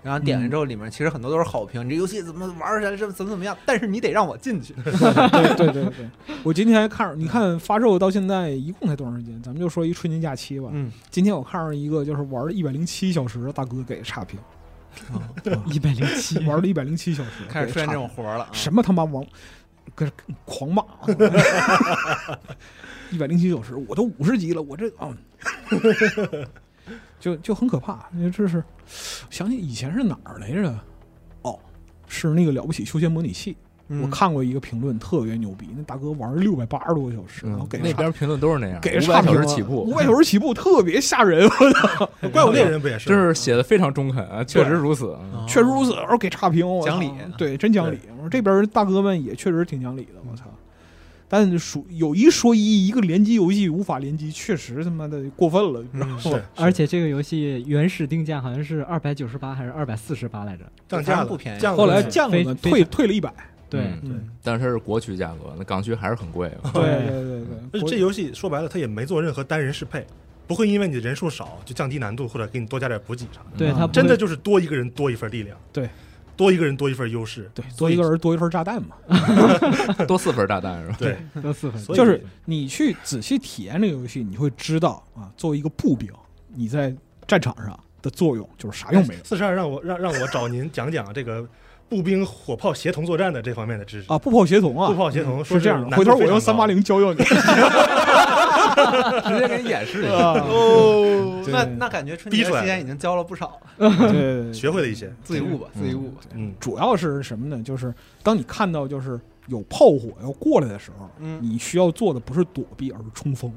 然后点了之后，里面其实很多都是好评。你这游戏怎么玩起来，这怎么怎么样？但是你得让我进去。对对对 对，我今天还看着，你看发售到现在一共才多长时间？咱们就说一春节假期吧。嗯，今天我看着一个就是玩了一百零七小时的大哥给差 评，啊一百零七， 玩了一百零七小时， 开始出给现差这评种活儿了啊，什么他妈王，跟狂骂，啊 一百零七小时，我都五十级了，我这啊， 就就很可怕。因为这是想起以前是哪儿来着？哦，是那个了不起休闲模拟器。嗯我看过一个评论，特别牛逼，那大哥玩六百八十多个小时，然后嗯啊给，那边评论都是那样，给五差百评小了时起五步，百小时起步特别吓人，我操，怪物猎人不也是这吗？是写的非常中肯啊，确实如此。啊确实如此。然后给差评，我操讲理对，真讲理。我说这边大哥们也确实挺讲理的，我操。但属有一说一，一个联机游戏无法联机，确实他妈的过分了，你知道嗯，吗？ 是，而且这个游戏原始定价好像是二百九十八还是二百四十八来着？降价了不便宜降了后来对降了呢，非退退了一百。对，嗯嗯，但是它是国区价格，那港区还是很贵 啊。对对对对而对，且国这游戏说白了，它也没做任何单人适配，不会因为你人数少就降低难度，或者给你多加点补给啥的。对嗯它不真的会就是多一个人多一份力量，对，多一个人多一份优势，对多一个人多一份炸弹嘛。嗯多四份炸弹是 吧？对，得四分。所以就是你去仔细体验这个游戏，你会知道啊，作为一个步兵，你在战场上的作用就是啥用没有哎四十二让我让让我找您讲讲这个步兵火炮协同作战的这方面的知识。啊！步炮协同啊，步炮协同是这样的，的，回头我用三八。零教教你。 直接给你演示一下。啊哦，对嗯那那感觉春逼节出来期间已经交了不少了，对对对，嗯学会了一些，自己悟吧，自己悟吧。嗯，主要是什么呢？就是当你看到就是有炮火要过来的时候，嗯你需要做的不是躲避，而是冲锋。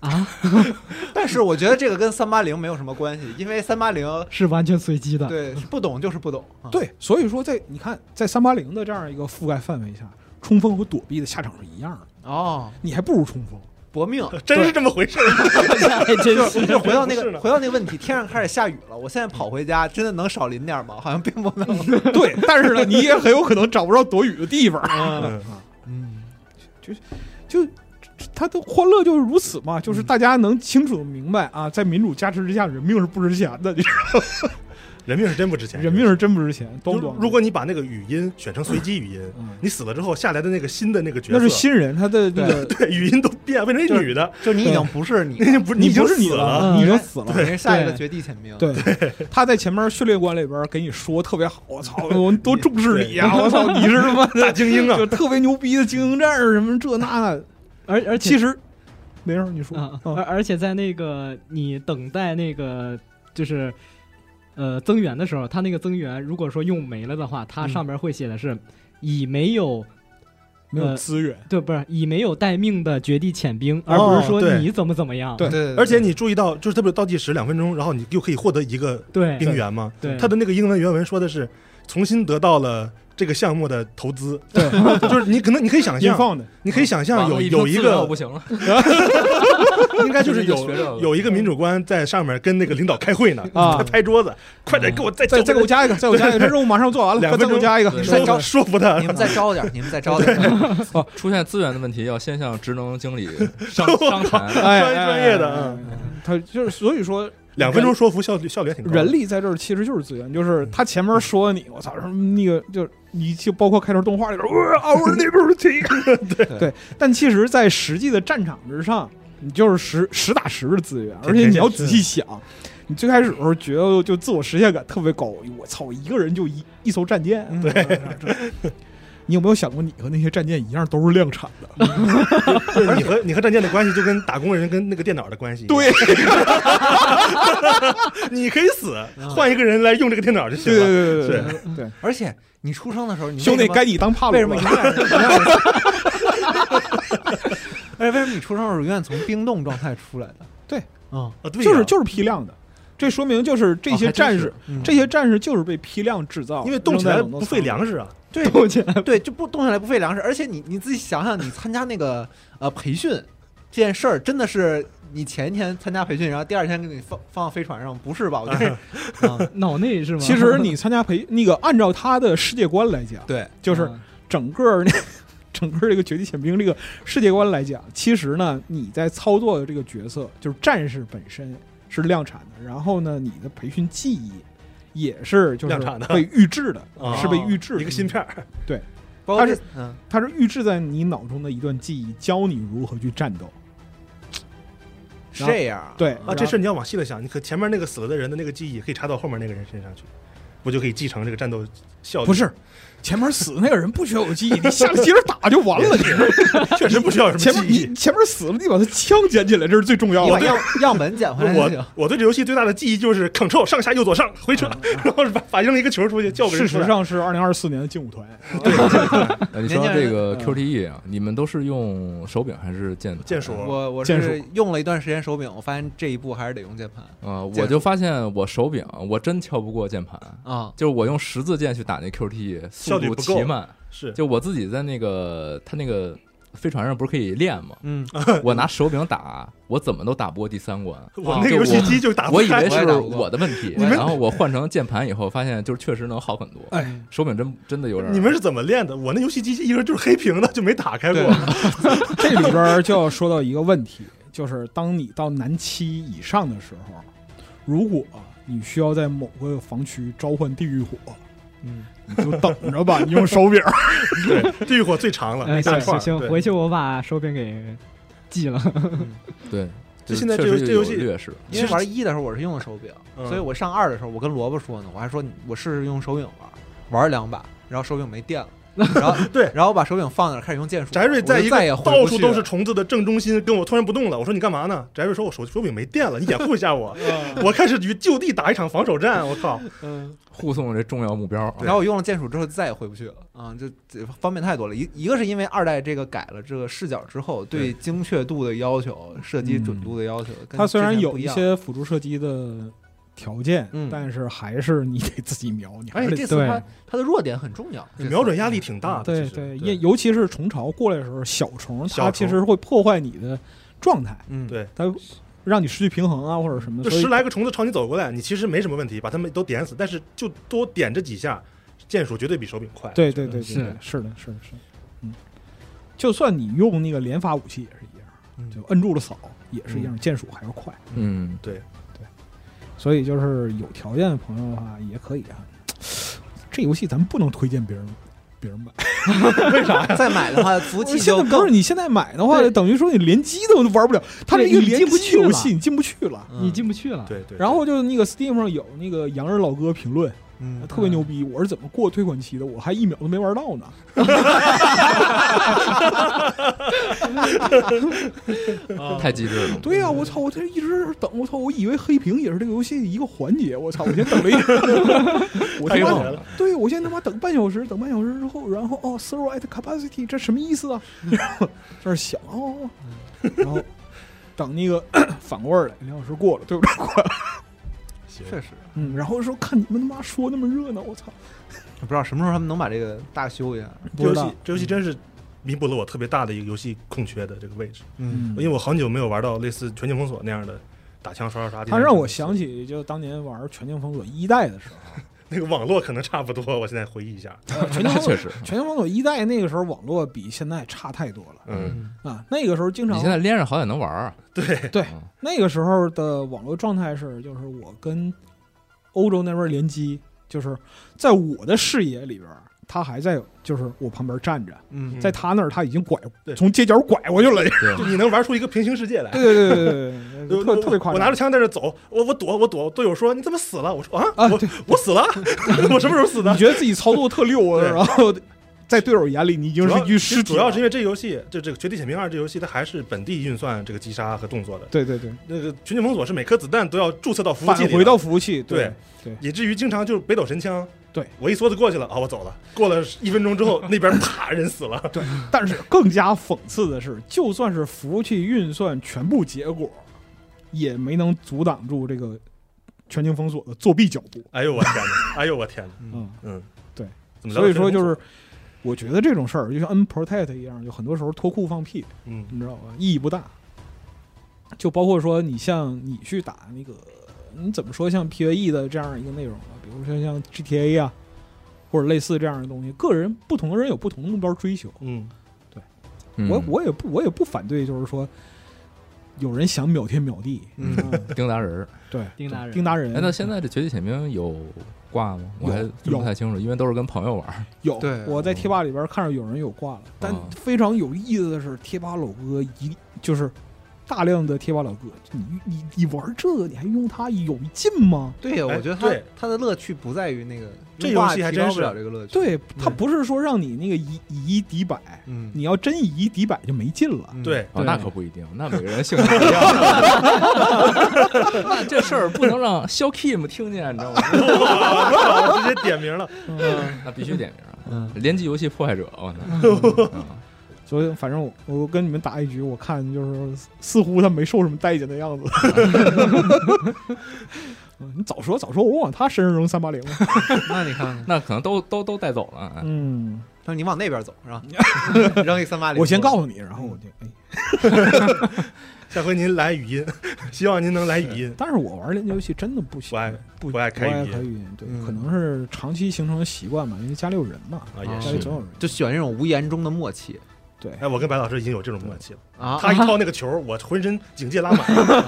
啊，但是我觉得这个跟三八零没有什么关系，因为三八零是完全随机的。对不懂就是不懂。啊，对，所以说在你看在三八零的这样一个覆盖范围下，冲锋和躲避的下场是一样的，哦，你还不如冲锋。搏命。真是这么回事儿。还真就是是就回到那不是呢个回到那个问题，天上开始下雨了，我现在跑回家，真的能少淋点吗？好像并不能。 对，但 是呢，你也很有可能找不着躲雨的地方。嗯啊 嗯，就他的欢乐就是如此嘛，就是大家能清楚地明白啊，在民主加持之下，人命是不值钱的，人命是真不值钱，人命是真不值钱，就懂是。不懂？如果你把那个语音选成随机语音，嗯你死了之后下来的那个新的那个角色，那是新人，他的那个对语音都变，变成一女的，就你已经不是你那，就不你已经不是你死了。了，嗯你已经死了。你是下一个绝地潜兵。，对，他在前面训练馆里边给你说特别好，我操，我们多重视你呀！我操，你是什么大精英啊就特别牛逼的精英战士什么这那的。而而且其实没事，你说啊，嗯而而且在那个你等待那个就是呃增援的时候，它那个增援如果说用没了的话，它嗯上边会写的是已没有没有呃资源，对，不是已没有待命的绝地潜兵，而不是说对你怎么怎么样。对对而且你注意到，就是特别倒计时两分钟，然后你又可以获得一个对兵员吗？对，他的那个英文原文说的是重新得到了这个项目的投资，对， 就是你可能你可以想音象，啊放的，你可以想嗯象有完了有一听自然我个不行了，应该 就是一直学这个有有一个民主官在上面跟那个领导开会呢，啊 他拍桌子，快点给我再再再给我嗯加一个，再给我加一个，这任务马上做完了，两分再给我钟加一个，对说再说招 说服他你，们 再招点儿，你们再招点儿。出现资源的问题要先向职能经理商商谈。哎专专业的哎哎哎哎他就是所以说两分钟说服效率效率也挺高的。人力在这儿其实就是资源，就是他前面说你，我操，什么那个就是你就包括开头动画里边，呃，our neighbor take，对对，但其实，在实际的战场之上，你就是实实打实的资源，而且你要仔细想，你最开始的时候觉得就自我实现感特别高，我操，一个人就一一艘战舰，对。这你有没有想过，你和那些战舰一样，都是量产的？就是你和你和战舰的关系就跟打工人跟那个电脑的关系。，对，你可以死，换一个人来用这个电脑就行啊对对对了。对对对，而且你出生的时候，你为兄弟，什么该你当帕鲁为什么了永。远？永 远而且哎为什么你出生的时候永远从冰冻状态出来的？对，啊，啊，对呀，哦就是就是批量的，这说明就是这些战士，嗯这些战士就是被批量制造，因为动起来不费粮食，食啊。对动起来对，就不动下来不费粮食，而且你你自己想想，你参加那个呃培训这件事儿，真的是你前一天参加培训，然后第二天给你放放到飞船上，不是吧？我 觉得，嗯，脑内是吗？其 实你参加培那个，按照他的世界观来讲，对，就是嗯啊整个整个这个绝地潜兵这个世界观来讲，其实呢，你在操作的这个角色就是战士本身是量产的，然后呢，你的培训技艺也是就是量产的被预制的，啊是被预制一的个。芯片儿，包它括这是嗯，它是预制在你脑中的一段记忆，教你如何去战斗。是这样啊，对啊，这事儿你要往细了想，你可前面那个死了的人的那个记忆可以插到后面那个人身上去，不就可以继承这个战斗效率？不是，前面死的那个人不需要有记忆， 你下来接着打就完 了。 你确实不需要有什前么面记忆你。前面死了，你把他枪捡起来，这是最重要你把的。 样样本捡回来就行我。我对这游戏最大的记忆就是 Ctrl 上下右左上回撤， 然后把把扔一个球出去，叫个事人出实来。上是二零二四年的劲舞团， 呃你说到这个年轻 QTE 啊，你们都是用手柄还是键盘键鼠我我键是用了一段时间手柄，我发现这一步还是得用键盘啊？键鼠我就发现我手柄我真敲不过键盘，啊。就是我用十字键去打那 QTE，效速率不度够奇慢。是就我自己在那个他那个飞船上不是可以练 吗？嗯，啊我拿手柄打，我怎么都打不过第三关。我那个游戏机就打不我以开为是我也打不过我的问题，你们然后我换成键盘以后，发现就是确实能好很多。哎，手柄真真的有点。你们是怎么练的？我那游戏机一直就是黑屏的，就没打开过。 这里边儿就要说到一个问题，就是当你到南七以上的时候，如果你需要在某个防区召唤地狱火，嗯，你就等着吧，你 用手柄儿。 对，地狱火最长了，哎，那大行串行儿。行，对回去我把手柄给记了。对，就是现在这确游实这有游戏劣势。因为玩一的时候我是用的手柄，嗯所以我上二的时候，我跟萝卜说呢，我还说我试试用手柄玩，玩了两把，然后手柄没电 了，然后对然后我把手柄放那儿开始用键鼠，翟瑞在我一就个再也回到不处去都是了虫子的正中心，跟我突然不动了。我说你干嘛呢？翟瑞说我手手柄没电了，你掩护一下我。我开始与就地打一场防守战，我靠！嗯，护送这重要目标啊。然后我用了键鼠之后再也回不去了啊，就这方便太多了。一一个是因为二代这个改了这个视角之后，对精确度的要求、射击嗯准度的要求，跟它虽之然前有不一一样，些辅助射击的条件，嗯但是还是你得自己瞄，你还而是得且这次对它它的弱点很重要，这次瞄准压力挺大的。对啊其实对，对尤尤其是虫巢过来的时候，小虫小它其实会破坏你的状态，嗯对它让你失去平衡啊，或者什么就的。所以十来个虫子朝你走过来，你其实没什么问题，把它们都点死，但是就多点这几下，键鼠绝对比手柄快。对对对对，是对是的，是的，是的，嗯，就算你用那个连发武器也是一样，嗯就摁住了扫也是一样，键鼠还要快。嗯，所以就是有条件的朋友的话，也可以啊。这游戏咱们不能推荐别人别人买，为啥？再买的话，服务器现就在不更是你现在买的话，对等于说你联机都玩不了，它是对一个你联进不机去游了戏，你进不去了。嗯你进不去了。对对。然后就那个 Steam 上有那个洋人老哥评论，嗯特别牛逼，我是怎么过退款期的？我还一秒都没玩到呢。嗯太机智了。对呀、我操！我这一直等，我操！我以为黑屏也是这个游戏的一个环节，我操！我先等了一， 我他太妈猛了，对我先他妈等半小时，等半小时之后，然后哦，zero at capacity，这什么意思啊？然后在那儿想哦，哦哦然后等那个 反过味儿来，两小时过了，对不对？行确实嗯，然后说看你们他妈说那么热闹，我操！不知道什么时候他们能把这个大修一下。这游不知道嗯戏这游戏真是弥补了我特别大的一个游戏空缺的这个位置，嗯因为我好久没有玩到类似《全境封锁》那样的打枪刷刷刷。他让我想起就当年玩《全境封锁一代》的时候，那个网络可能差不多。我现在回忆一下， 全那球 确实，全球封锁一代那个时候网络比现在差太多了嗯，啊！那个时候经你常现在连上好歹能玩儿，对，对嗯那个时候的网络状态是，就是我跟欧洲那边联机，就是在我的视野里边，他还在就是我旁边站着，嗯在他那儿他已经拐对从街角拐过去了。对就你能玩出一个平行世界来。对对 对对对，我特特别夸我张。拿着枪在这走，我我躲我躲，队友说你怎么死了？我说啊，啊我对我死了， 我什么时候死的你？觉得自己操作特溜啊，对然后在队友眼里你已经主是要一具其实尸体主了。要是因为这游戏，就这个《绝地潜兵二》这游戏，它还是本地运算这个击杀和动作的。对对对，那个全境封锁是每颗子弹都要注册到服务返器里的，回到服务器，对以至于经常就是北斗神枪，对我一梭子过去了啊，我走了。过了一分钟 之后，那边啪人死了。对。但是更加讽刺的是，就算是服务器运算全部结果，也没能阻挡住这个全境封锁的作弊脚步。哎呦我天哪！哎呦我天哪！嗯，嗯， 对，怎么聊到所以说全境就封是锁，我觉得这种事儿就像 N Protect 一样，就很多时候脱裤放屁，嗯你知道吧？意义不大。就包括说，你像你去打那个，你怎么说像 PVE 的这样一个内容啊？比如说像 GTA 啊，或者类似这样的东西，个人不同的人有不同的目标追求。嗯，嗯我我也不我也不反对，就是说有人想秒天秒地，嗯啊丁达人儿。对，丁达人丁达人，哎，那现在这绝地潜兵有挂吗？我有还真不太清楚，因为都是跟朋友玩儿。有，对我在贴吧里边看着有人有挂了，但啊非常有意思的是，贴吧老哥一就是大量的贴吧老哥，你你你玩这个，你还用它有劲吗？对呀，哎我觉得它对它的乐趣不在于那个这用游戏挂还提真高是不了这个乐趣。，对，它不是说让你那个以以一敌百，嗯，你要真以一敌百就没劲了。嗯，对，啊，对那可不一定，那每个人性格不一样。 那这事儿不能让肖 Kim 听见，你知道吗？我直接点名了。嗯， 那必须点名啊！嗯 联机游戏破坏者，我操！啊所以反正我我跟你们打一局，我看就是似乎他没受什么待见的样子。 嗯你早说早说，我往他身上扔三八零了。那你看看，那可能都都都带走了。哎嗯。那你往那边走是 吧？扔一三八零，我先告诉你，然后我就哎，下回您来语音， 希望您能来语音。但是我玩联机游戏真的不喜不爱欢，不不爱不开爱语开音语音，对，嗯可能是长期形成的习惯吧，因为家里有人嘛，啊，也家是里。总有人，就喜欢这种无言中的默契对哎，我跟白老师已经有这种默契了。啊。他一掏那个球，我浑身警戒拉满。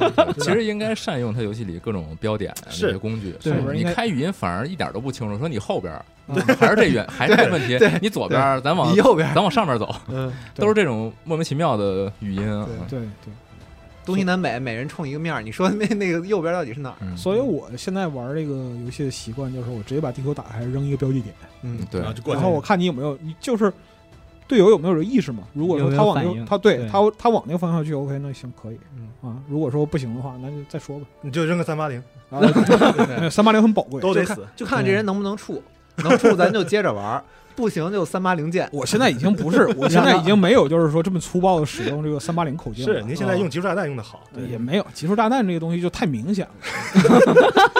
其实应该善用它游戏里各种标点是这些工具。对是我应你该开语音反而一点都不清楚，说你后边儿嗯对还是这原还是这问题，你左边儿咱往你右边咱往上面走，嗯，都是这种莫名其妙的语音啊。对对对，东西南北每人冲一个面儿，你说那那个右边到底是哪儿？嗯所以我现在玩这个游戏的习惯就是，我直接把地图打开，扔一个标记点，嗯，对然后，就过去然后我看你有没有，你就是队友有没有这个意识嘛？如果说他往有没有反那应他对对他他往那个方向去，OK，那行可以嗯啊。如果说不行的话，那就再说 吧。你就扔个三八零，啊，嗯 三八零很宝贵，都得就看死。就看这人能不能处，能处咱就接着玩 儿，不行就三八零见。我现在已经不是， 我现在已经没有就是说这么粗暴的使用这个三八零口径了。啊是，您现在用集束炸弹用的好，嗯对也没有集束炸弹这个东西就太明显了，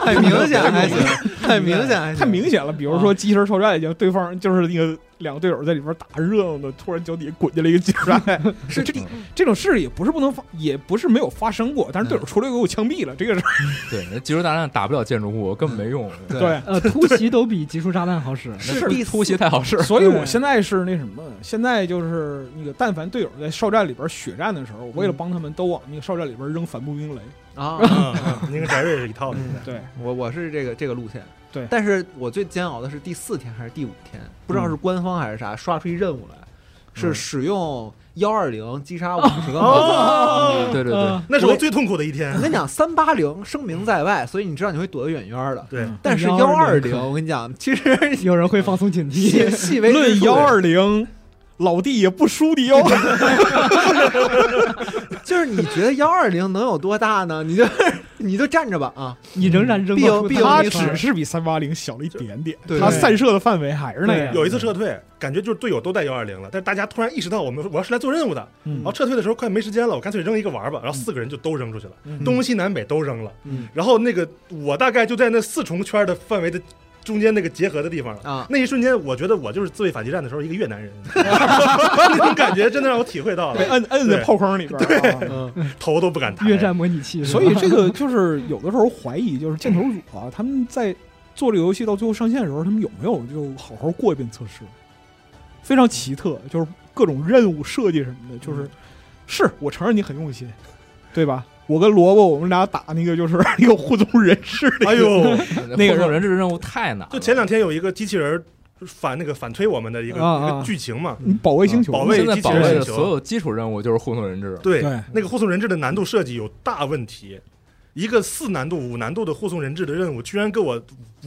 太明显还行，太明显还行，太明显了。比如啊说机器人超战已经对方就是那个两个队友在里边打热闹的，突然脚底下滚进来一个集束炸 弹，是这这种事也不是不能发，也不是没有发生过，但是队友出来给我枪毙了，这个是 对，那集束炸弹打不了建筑物，根本没用。对对。呃，突袭都比集束炸弹好使。那是第四突袭太好使。所以我现在是那什么，现在就是那个，但凡队友在哨战里边血战的时候，我为了帮他们，都往那个哨战里边扔反步兵雷。啊。 嗯嗯您跟翟瑞是一套的。现在对，我我是这个这个路线，对但是我最煎熬的是第四天还是第五天，不知道是官方还是啥，刷出一任务来，是使用幺二零击杀五十个猫头鹰。哦，对对对，那是我最痛苦的一天我。跟你讲，三八零声名在外，所以你知道你会躲得远远的。对，但是幺二120零，哎我跟你讲，其实有人会放松警细惕，细微之论处幺二零，老弟也不输哦的幺二就是你觉得幺二零能有多大呢？你就 你就站着吧啊！你仍然扔必有不必出有它那只是比三八零小了一点点，对它散射的范围还是那样。有一次撤退，感觉就是队友都带幺二零了，但是大家突然意识到我们我要是来做任务的，嗯然后撤退的时候快没时间了，我干脆扔一个玩儿吧，然后四个人就都扔出去了，嗯东西南北都扔了嗯。然后那个我大概就在那四重圈的范围的中间那个结合的地方了。啊，那一瞬间，我觉得我就是自卫反击战的时候一个越南人， 那种感觉真的让我体会到被了，摁摁在炮坑里边儿啊。嗯，头都不敢抬。越战模拟器。所以这个就是有的时候怀疑，就是箭头组啊，他们在做这个游戏到最后上线的时候，他们有没有就好好过一遍测试？非常奇特，就是各种任务设计什么的，就是、是我承认你很用心，对吧？我跟萝卜，我们俩打那个就是一个护送人士的，哎，呦，那个个人质任务太难了，就前两天有一个机器人儿反那个反推我们的一个啊一啊个剧情嘛，你保卫星球，嗯保卫现在机器保人卫星的球所有基础任务就是糊弄人质，对，对那个护送人质的难度设计有大问题。一个四难度、五难度的护送人质的任务，居然给我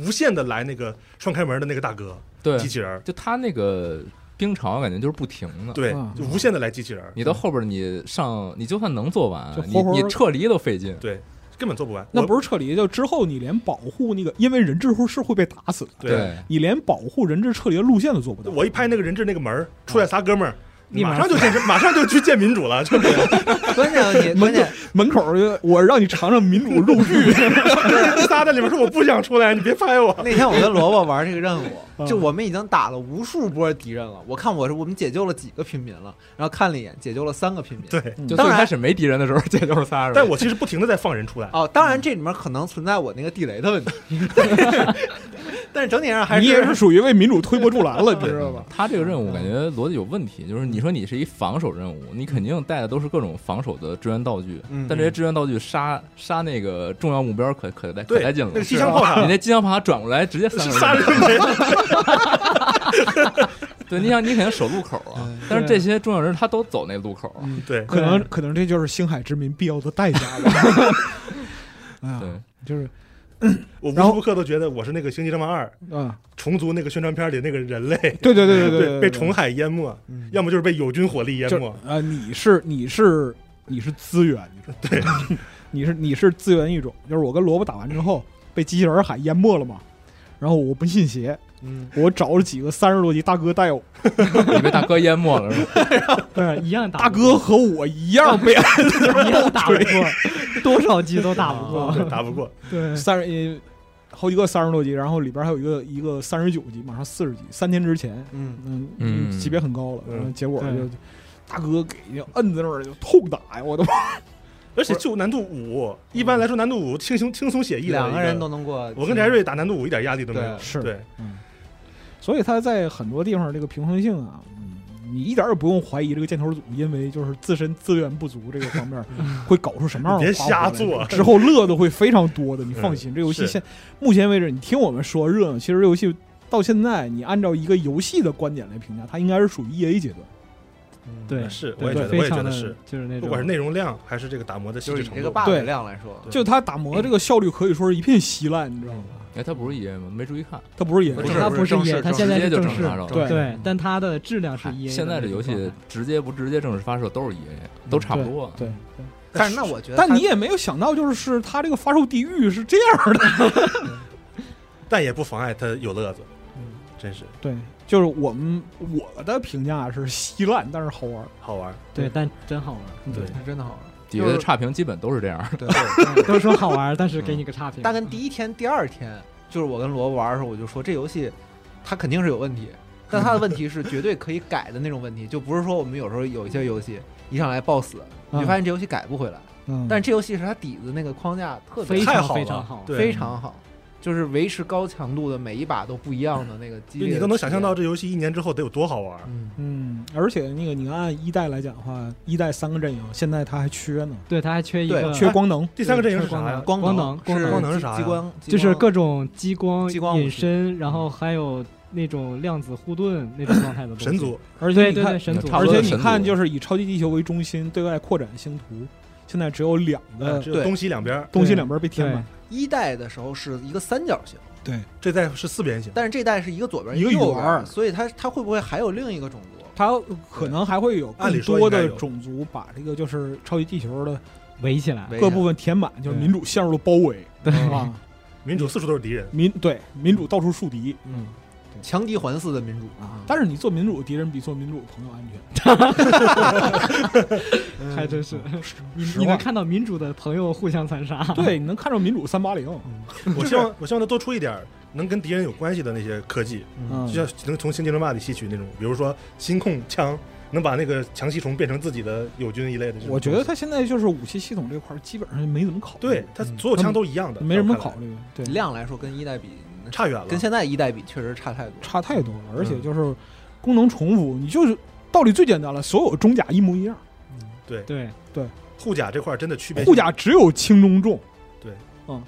无限的来那个双开门的那个大哥对，机器人儿，就他那个冰潮感觉就是不停的。对啊，就无限的来机器人儿，你到后边你上，你就算能做完就，你活活你撤离都费劲。对，根本做不完。那我不是撤离，就之后你连保护那个，因为人质会是会被打死的，对，你连保护人质撤离的路线都做不到。我一拍那个人质那个门儿，出来仨哥们儿，立马马上就见马上就去见民主了，就关键啊你关门口键门口就我让你尝尝民主入狱，仨在里面说我不想出来，你别拍我。那天我跟萝卜玩这个任嗯务，就我们已经打了无数波敌人了。我看我是我们解救了几个平民了，然后看了一眼，解救了三个平民。对，就最当然开始没敌人的时候，这就是仨人。但我其实不停的在放人出来，哦，当然这里面可能存在我那个地雷的问题，但是整体上还你也是是属于为民主推波助澜了，你知道吧？他这个任务感觉逻辑有问题，就是你说你是一防守任务，你肯定带的都是各种防守的支援道具，嗯但这些支援道具杀杀那个重要目标可可带可对带劲了。啊那个机枪炮你塔那金枪炮转过来直接三是个仨人，人没对，你想你肯定守路口啊，但是这些重要人他都走那路口啊，对，可能可能这就是星海之民必要的代价吧。 哎呀，对，就是我然无时后不刻都觉得我是那个《星际争霸二》啊，虫族那个宣传片里那个人类，对对对对对，被虫海淹没，嗯要么就是被友军火力淹就没。呃，你是你是你是资源，你知道吗？对， 你是你是资源一种，就是我跟萝卜打完之后被机器人海淹没了嘛，然后我不信邪，嗯，我找了几个三十多级大哥带我，你被大哥淹没了是吧？对，一样打大不过哥和我一样被啊 一样打不过，多少局都打不过。对，打不过，对，三十呃好几个三十多级，然后里边还有一个一个三十九级，马上四十级，三天之前，嗯，嗯嗯级别很高了，嗯然后结果对就大哥给就摁在那儿就痛打呀，我的妈！而且就难度五，一般来说难度五轻松轻松写意的两一个人都能过。我跟翟瑞打难度五一点压力都没有，对是对， 所以他在很多地方这个平衡性啊，嗯，你一点儿也不用怀疑这个箭头组，因为就是自身资源不足这个方面会搞出什么样的嗯别花活瞎来做嗯之后乐的会非常多的，你放心，这游戏是现目前为止，你听我们说热闹，其实游戏到现在，你按照一个游戏的观点来评价，它应该是属于 E A 阶段。嗯对是，我对也觉对，得，我非也觉常得的是，就是那种，不管是内容量还是这个打磨的细就是致以程这个度，对 bug 量来说，嗯就它打磨这个效率可以说是一片稀烂，你知道吗？哎，他不是 EA 吗？没注意看，它不是 E A，不不是是他不正也，式他正现直在接是就正正式式发，售。对对，但他的质量是 EA 的现在这那种游戏状态直接不直接正式发售都是 EA，都差不多。对。但是那我觉得它，但你也没有想到，就是是它这个发售地域是这样的。但也不妨碍他有乐子，真是对，就是我们我的评价是稀烂，但是好玩。好玩。对，但真好玩。对它真的好玩。底下的差评基本都是这样。对，嗯都说好玩，但是给你个差评。大概第一天、第二天，就是我跟罗玩的时候，我就说这游戏它肯定是有问题，但它的问题是绝对可以改的那种问题，就不是说我们有时候有一些游戏一上来爆死，你就发现这游戏改不回来。嗯，但这游戏是它底子那个框架特别非太常好非了常好，对非常好，就是维持高强度的每一把都不一样的那个激就烈，你都能想象到。这游戏一年之后得有多好玩，嗯，嗯，而且那个你按一代来讲的话，一代三个阵营，现在它还缺呢，对，他还缺一个对缺光能。第三个阵营是光啥呀能？光光能能光是光能是激啥呀激光就是各种激光、嗯激光武器隐身，然后还有那种量子护盾那种状态的东西神。族，而且你对对对，看，神族。差不而多且神你族看，就是以超级地球为中心对外扩展星图，现在只有两呃，个只有东西两边儿，东西两边被填满。一代的时候是一个三角形，这代是四边形，但是这代是一个左边一个右圆儿边，所以它它会不会还有另一个种族？它可能还会有按更理说多应的该有种族把这个就是超级地球的围起来，围各上部分填满，就是对民主陷入了包围，对嗯啊，民主四处都是敌 人，民对民主到处树敌，嗯，强敌环伺的民主啊但是你做民主的敌人比做民主的朋友安全，还哎真是。你实你话能看到民主的朋友互相残杀，对，你能看着民主三八零，我希望我希望他多出一点儿能跟敌人有关系的那些科技，嗯就像能从星际争霸里吸取那种，比如说心控枪，能把那个强袭虫变成自己的友军一类的这种东西。我觉得他现在就是武器系统这块儿基本上没怎么考虑，对他所有枪都一样的，没什么在我考看来虑，对，量来说跟一代比，差远了。跟现在一代比确实差太多。差太多了，而且就是功能重复，你就是道理最简单了，所有中甲一模一样，对，护甲这块儿真的区别性护甲只有轻中重，对，嗯，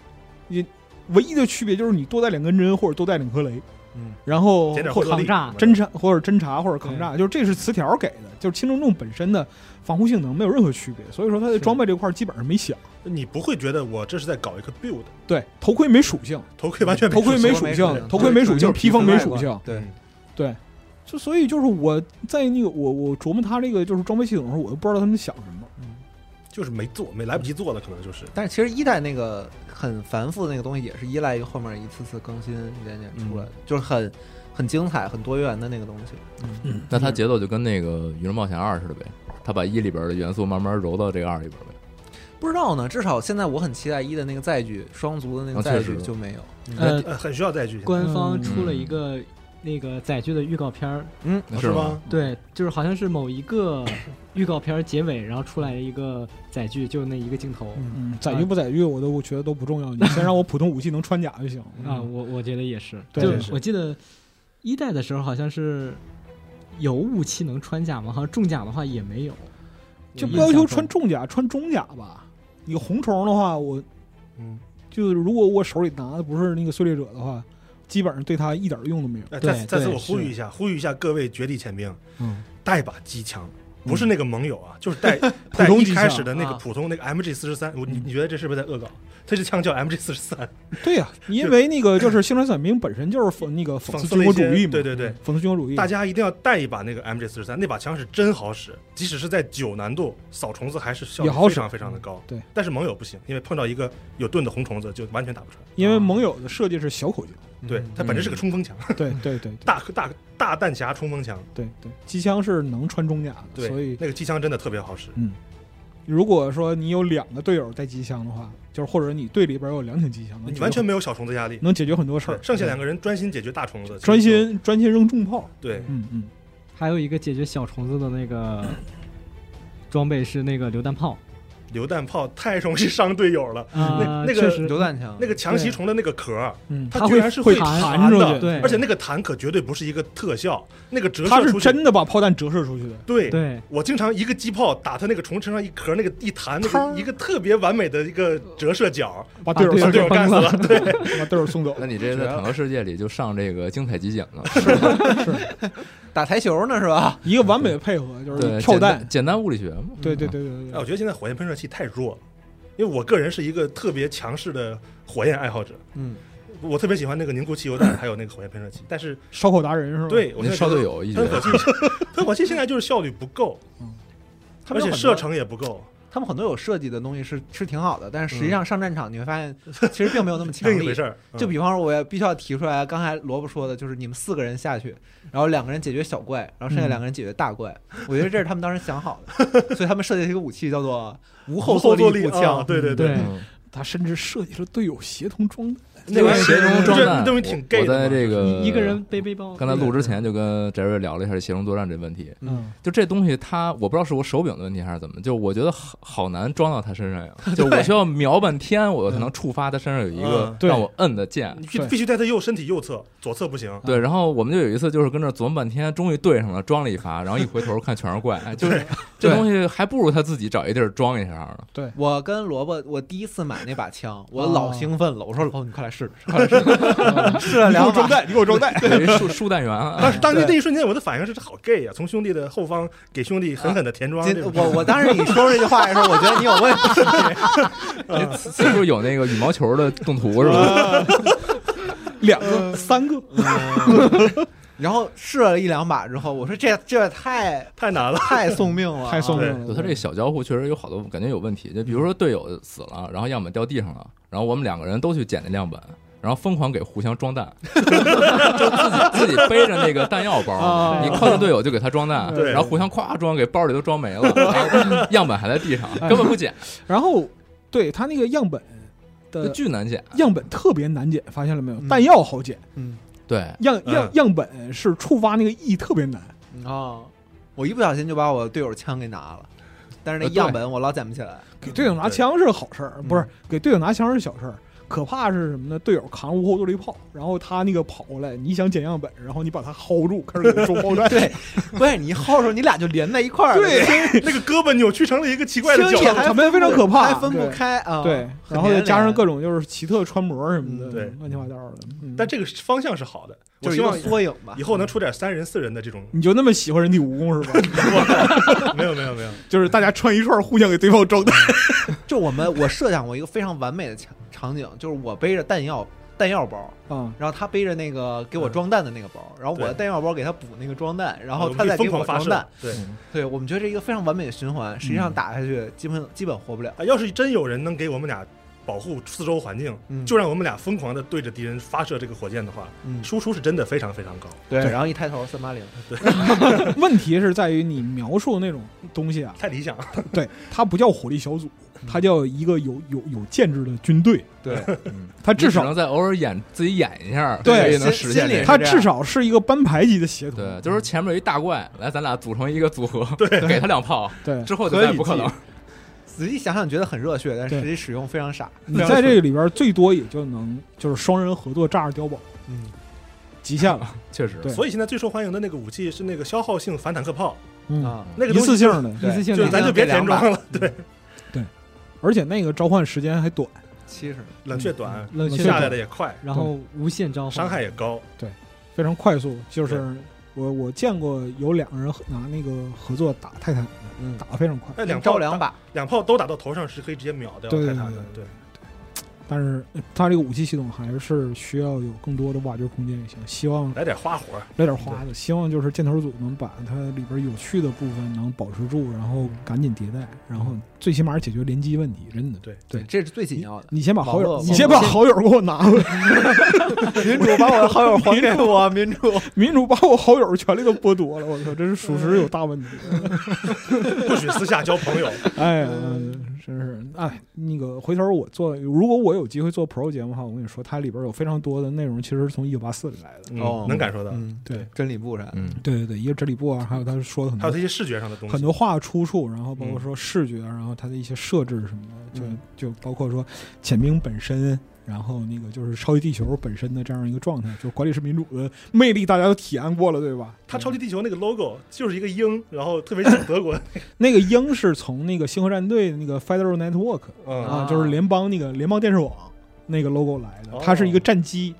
你唯一的区别就是你多带两根针或者多带两颗雷，嗯，然后减点或啊颗者粒抗炸侦察或者侦察或者抗炸，就是这是词条给的，就是轻中重本身的防护性能没有任何区别，所以说它的是装备这块儿基本上没想，你不会觉得我这是在搞一个 build，对，头盔没属性，头盔完全头盔没嗯没用属性性，头盔没属性，披风没属性，对，对，就所以就是我在那个我我琢磨它这个就是装备系统的时候，我又不知道他们想什么。嗯就是没做，没来不及做了，可能就是但是其实一代那个很繁复的那个东西，也是依赖于后面一次次更新一点点出来的，就是很很精彩、很多元的那个东西。嗯那嗯它节奏就跟那个《宇宙冒险二》似的呗，它把一里边的元素慢慢揉到这个二里边呗。不知道呢，至少现在我很期待一的那个载具，双足的那个啊载确具实就没有。呃呃很需要再去官方嗯出了一个那个载具的预告片儿，那是吗？？对，就是好像是某一个预告片儿结尾，然后出来一个载具，就那一个镜头嗯，载具不载具，我都我觉得都不重要，你先让我普通武器能穿甲就行。啊，我我觉得也是，对就对嗯是我记得一代的时候好像是有武器能穿甲吗？好像重甲的话也没有，就我不印要求象中穿重甲，穿中甲吧。你红虫的话，我嗯，就是如果我手里拿的不是那个碎裂者的话，基本上对它一点用都 没有。哎，对再次再次对我呼吁一下，呼吁一下各位绝地潜兵，嗯，带把机枪，不是那个盟友啊，就是 带普带通一机枪嗯开始的那个啊普通那个 MG 四十三，我你你觉得这是不是在恶搞？它这枪叫 MG 四十三，对呀、因为那个就是星船伞兵本身就是讽那个讽讽刺刺军了一国主义些，嘛，对对对，讽刺军国主义。大家一定要带一把那个 MG 四十三，那把枪是真好使，即使是在九难度扫虫子还是效率也好非使嗯常非常的高。对，但是盟友不行，因为碰到一个有盾的红虫子就完全打不穿。因为盟友的设计是小 口径，对，嗯嗯它本身是个冲锋枪， 对对对对大大大弹匣冲锋枪，对对，机枪是能穿中甲的，所对以，那个机枪真的特别好使。如果说你有两个队友带机枪的话，就是或者你队里边嗯有两挺机枪，能你解完全决没有小虫子压力，能解决很多事儿剩。剩下两个人专心解决大虫子，嗯专心专心扔重炮，对，嗯嗯，还有一个解决小虫子的那个装备是那个榴弹炮，榴弹炮太容易伤队友了。啊，那个确实嗯榴弹枪那个强袭虫的那个壳儿，嗯，它它居会然是会弹弹出的，去对而且那个弹可绝对不是一个特效，那个折他射是出去，真的把炮弹折射出去的。对。对我经常一个击炮打它那个虫身上一壳，那个一弹，那个一个特别完美的一个折射角，把把队友队把送走，队友干友死了。啊对， 把队友送走 那。你啊这在坦克世界里就上这个精彩集锦了，打台球呢是吧？一个完美的配合就是对，跳简单弹，简单物理学嘛。对对对对哎，对我觉得现在火焰喷射器太弱了，因为我个人是一个特别强势的火焰爱好者，嗯，我特别喜欢那个凝固汽油弹，还有那个火焰喷射器。但是，烧烤达人是吧？，对我那现在烧觉队得友一绝喷，火器， 喷火器现在就是效率不够嗯，而且射程也不够。他们很多有设计的东西是是挺好的，但是实嗯际上上战场你会发现，其实并没有那么强 另一力回事。儿，嗯就比方说，我也必须要提出来，刚才萝卜说的，就是你们四个人下去，然后两个人解决小怪，然后剩下两个人解决大怪。嗯我觉得这是他们当时想好 的，所以他们设计了一个武器叫做无后无后坐坐力步啊枪。对对对嗯他甚至设计了队友协同装弹，那玩意儿协同装这弹，这东我西挺 gay 我的嘛。在这个一一个人背背包，呃刚才录之前就跟翟瑞聊了一下这协同作战这问题，嗯，就这东西它我不知道是我手柄的问题还是怎么，就我觉得好好难装到他 身上呀，就我需要瞄半天我才能触发他身上有一个嗯对让我摁的键。你必必须在他右身体右侧，左侧不啊行。对，然后我们就有一次就是跟那儿琢磨半天，终于对上了，装了一发，然后一回头看全是怪，哎就是这东西还不如他自己找一地儿装一下呢。我跟萝卜，我第一次买那把啊枪，我老兴奋了。我说：“哦老，你快来试 试，试了两把。”弹，你给我装弹。对，树树弹员啊，当时当时那一瞬间，我的反应是：这好 gay 啊！从兄弟的后方给兄弟狠狠 的填装啊今这种。我我当时你说这句话的时候，我觉得你有问题。哎是不是有那个羽毛球的动图是吧？两嗯个、三个，然后试了一两把之后，我说这这太太难了，太送命了啊，太送命就了。他这个小交互确实有好多感觉有问题，就比如说队友死了，然后样本掉地上了，然后我们两个人都去捡那样本，然后疯狂给互相装弹，就自己自己背着那个弹药包，啊你靠近队友就给他装弹，对然后互相夸装，给包里都装没了，然后样本还在地上，根本不捡，然后对他那个样本就的巨难捡。样本特别难捡，发现了没有？嗯弹药好捡，嗯对，样样嗯样本是触发那个 E 特别难。啊！我一不小心就把我队友枪给拿了，但是那呃对样本我老捡不起来。给队友拿枪是好事儿，不是给队友拿枪是小事儿。可怕是什么呢？队友扛无后坐力炮，然后他那个跑过来，你想捡样本，然后你把他薅住，开始给你装炮弹。对，不是你薅的时候，你俩就连在一块儿了，对，那个胳膊扭曲成了一个奇怪的听角起度来。场面非常可怕还分不对开啊。 对，很然后再连加上连各种就是奇特穿模什么的，嗯对乱七八糟的。嗯。但这个方向是好的，就我是希一个望缩影吧。以后能出点三人、四人的这种 你就那么喜欢人体蜈蚣是吧？ 没有没有没有，就是大家穿一串，互相给对方装弹。就我们我设想过一个非常完美的场场景，就是我背着弹药弹药包，啊，然后他背着那个给我嗯装弹的那个包，然后我的对弹药包给他补那个装弹，然啊然后他再疯给狂我发装射弹。。对对，我们觉得这一个非常完美的循环，实际嗯上打下去基本基本活不了。啊，要是真有人能给我们俩保护四周环境，嗯就让我们俩疯狂的对着敌人发射这个火箭的话，嗯，输出是真的非常非常高。对，然后一抬头三八零，问题是在于你描述那种东西啊，太理想了，对，它不叫火力小组，它叫一个有有有建制的军队。对，它至你只少能在偶尔演自己演一下，对所以能心实现心这里个。它至少是一个班牌级的协同。对，就是前面有一大怪，来，咱俩组成一个组合，对，给他两炮，对，之后就再也可以不可能记。 仔细想想觉得很热血，但对实际使用非常傻。你在这个里边最多也就能就是双人合作炸着碉堡，嗯，极限了。确实，对所以现在最受欢迎的那个武器是那个消耗性反坦克炮，嗯，啊，那个一东西次性的，对一次性就是的咱就别填装了，对，而且那个召唤时间还短。七十，冷却短，冷血却短下来的也快，然后无限召唤，伤害也高。非常快速，就是我我见过有两个人合拿那个合作打泰坦，嗯打得非常快，那哎两炮招两把，两炮都打到头上是可以直接秒掉对泰坦的，对对，但是他这个武器系统还是需要有更多的挖掘空间也行，希望来点花活，来点花的，希望就是箭头组能把它里边有趣的部分能保持住，然后赶紧迭代，然后最起码解决联机问题，真的。对对，这是最紧要的。你先把好友，网络你先把网络好友给我拿回来， 民主把我的好友还给我，民主。民主把我好友权利都剥夺了，我 操，这是属实有大问题。不许私下交 朋友。哎，嗯真是哎，那个回头我做，如果我有机会做 Pro 节目的话，我跟你说，它里边有非常多的内容，其实是从一九八四里来的。嗯哦能感受到，嗯，对，真理部啥的。嗯，对对对，一个整理部啊，还有他说的很还有多这些视觉上的东很西，多话出处，然后包括嗯说视觉，然后它的一些设置什么的，就、嗯就包括说潜兵本身。然后那个就是超级地球本身的这样一个状态，就是管理是民主的魅力，大家都体验过了，对吧？它超级地球那个 logo 就是一个鹰，然后特别像德啊国， 那个鹰是从那个星河战队那个 Federal Network 嗯，啊，就是联邦那个联邦电视网那个 logo 来的哦，它是一个战机，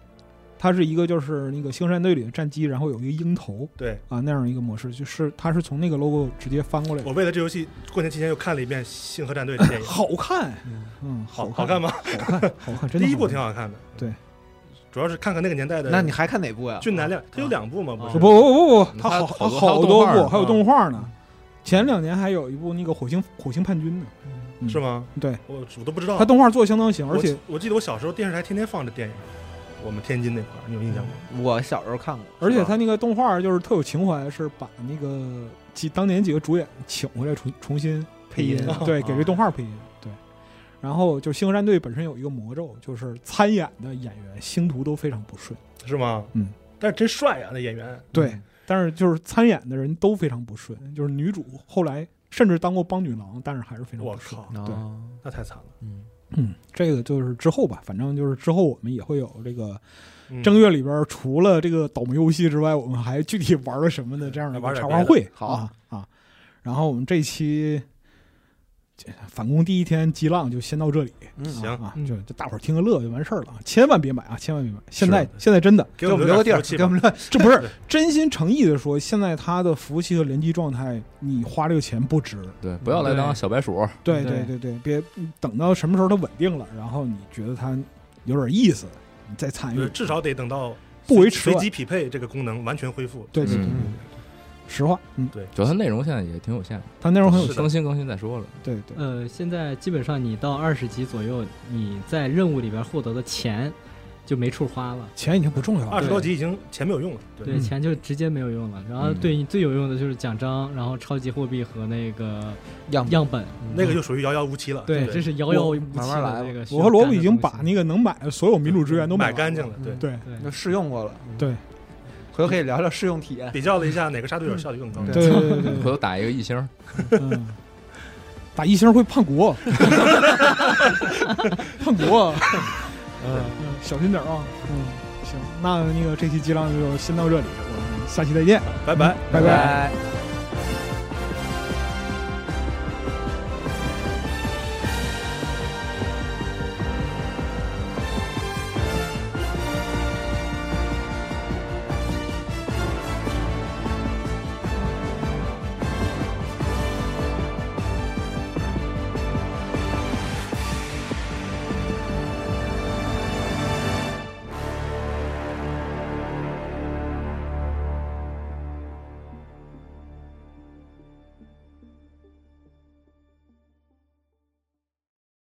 它是一个就是那个星战队里的战机，然后有一个鹰头对。啊那样一个模式，就是它是从那个 logo 直接翻过来的，我为了这游戏，过年期间又看了一遍《星河战队》的电 影，好看，嗯，好好看吗？吗？好看，好看，真的第一部好挺看好看的，对，主要是看看那个年代的。那你还看哪部呀？俊男靓，它有两部嘛？不不是，不不不，嗯它它好好多好还有动画呢多部，还有嗯动画呢。前两年还有一部那个火星火星叛军呢，是吗？对，我我都不知道。它动画做的相当行，而且哦我我记得我小时候电视台天天放这电影，我们天津那块儿，你有印象吗？我小时候看过，而且他它那个动画就是特有情怀，是把那个几当年几个主演请回来重重新配音啊对，给这动画配音，对。然后就星河战队本身有一个魔咒，就是参演的演员星途都非常不顺，是吗？嗯，但是真帅啊，那演员。对。但是就是参演的人都非常不顺，就是女主后来甚至当过帮女郎，但是还是非常我不顺。靠，对哦那太惨了。嗯，嗯，这个就是之后吧，反正就是之后我们也会有这个嗯正月里边，除了这个倒霉游戏之外，我们还具体玩了什么的这样的玩点茶别话的会。好啊啊，然后我们这一期这反攻第一天激浪就先到这里。嗯行啊，就就大伙儿听个乐就完事儿了，啊！千万别买啊，千万别买！现在是现在真的，给给我们留个地儿，点服务器给我吧们留。 这不是对真心诚意的说，现在它的服务器和联机状态，你花这个钱不值。对，不要来当小白鼠，对对对对对，别等到什么时候它稳定了，然后你觉得它有点意思，你再参呃与。至少得等到不为迟随晚机匹配这个功能完全恢复。对对对，嗯实话，嗯，对，主要它内容现在也挺有限，它内容很有是的趣。更新更新再说了。对对，呃，现在基本上你到二十级左右，你在任务里边获得的钱就没处花了，钱已经不重要二了。十多集已经钱没有用了。对，嗯钱就直接没有用了。然后对你最有用的就是奖章，然后超级货币和那个样样本，那个就属于遥遥无期了。对，不这是遥遥无期慢慢来的那个需要干的东西。我和罗布已经把那个能买的所有民主资源都嗯买完干净了。了。对，对对就试用过了，嗯对，回头可以聊聊试用体验。比较了一下哪个杀队友效率更高。对对对对回头打一个一星，对，嗯，打一星会叛国，叛国，嗯，嗯，小心点啊，嗯，行，那那个这期激浪就先到这里，我们下期再见，拜拜。拜拜。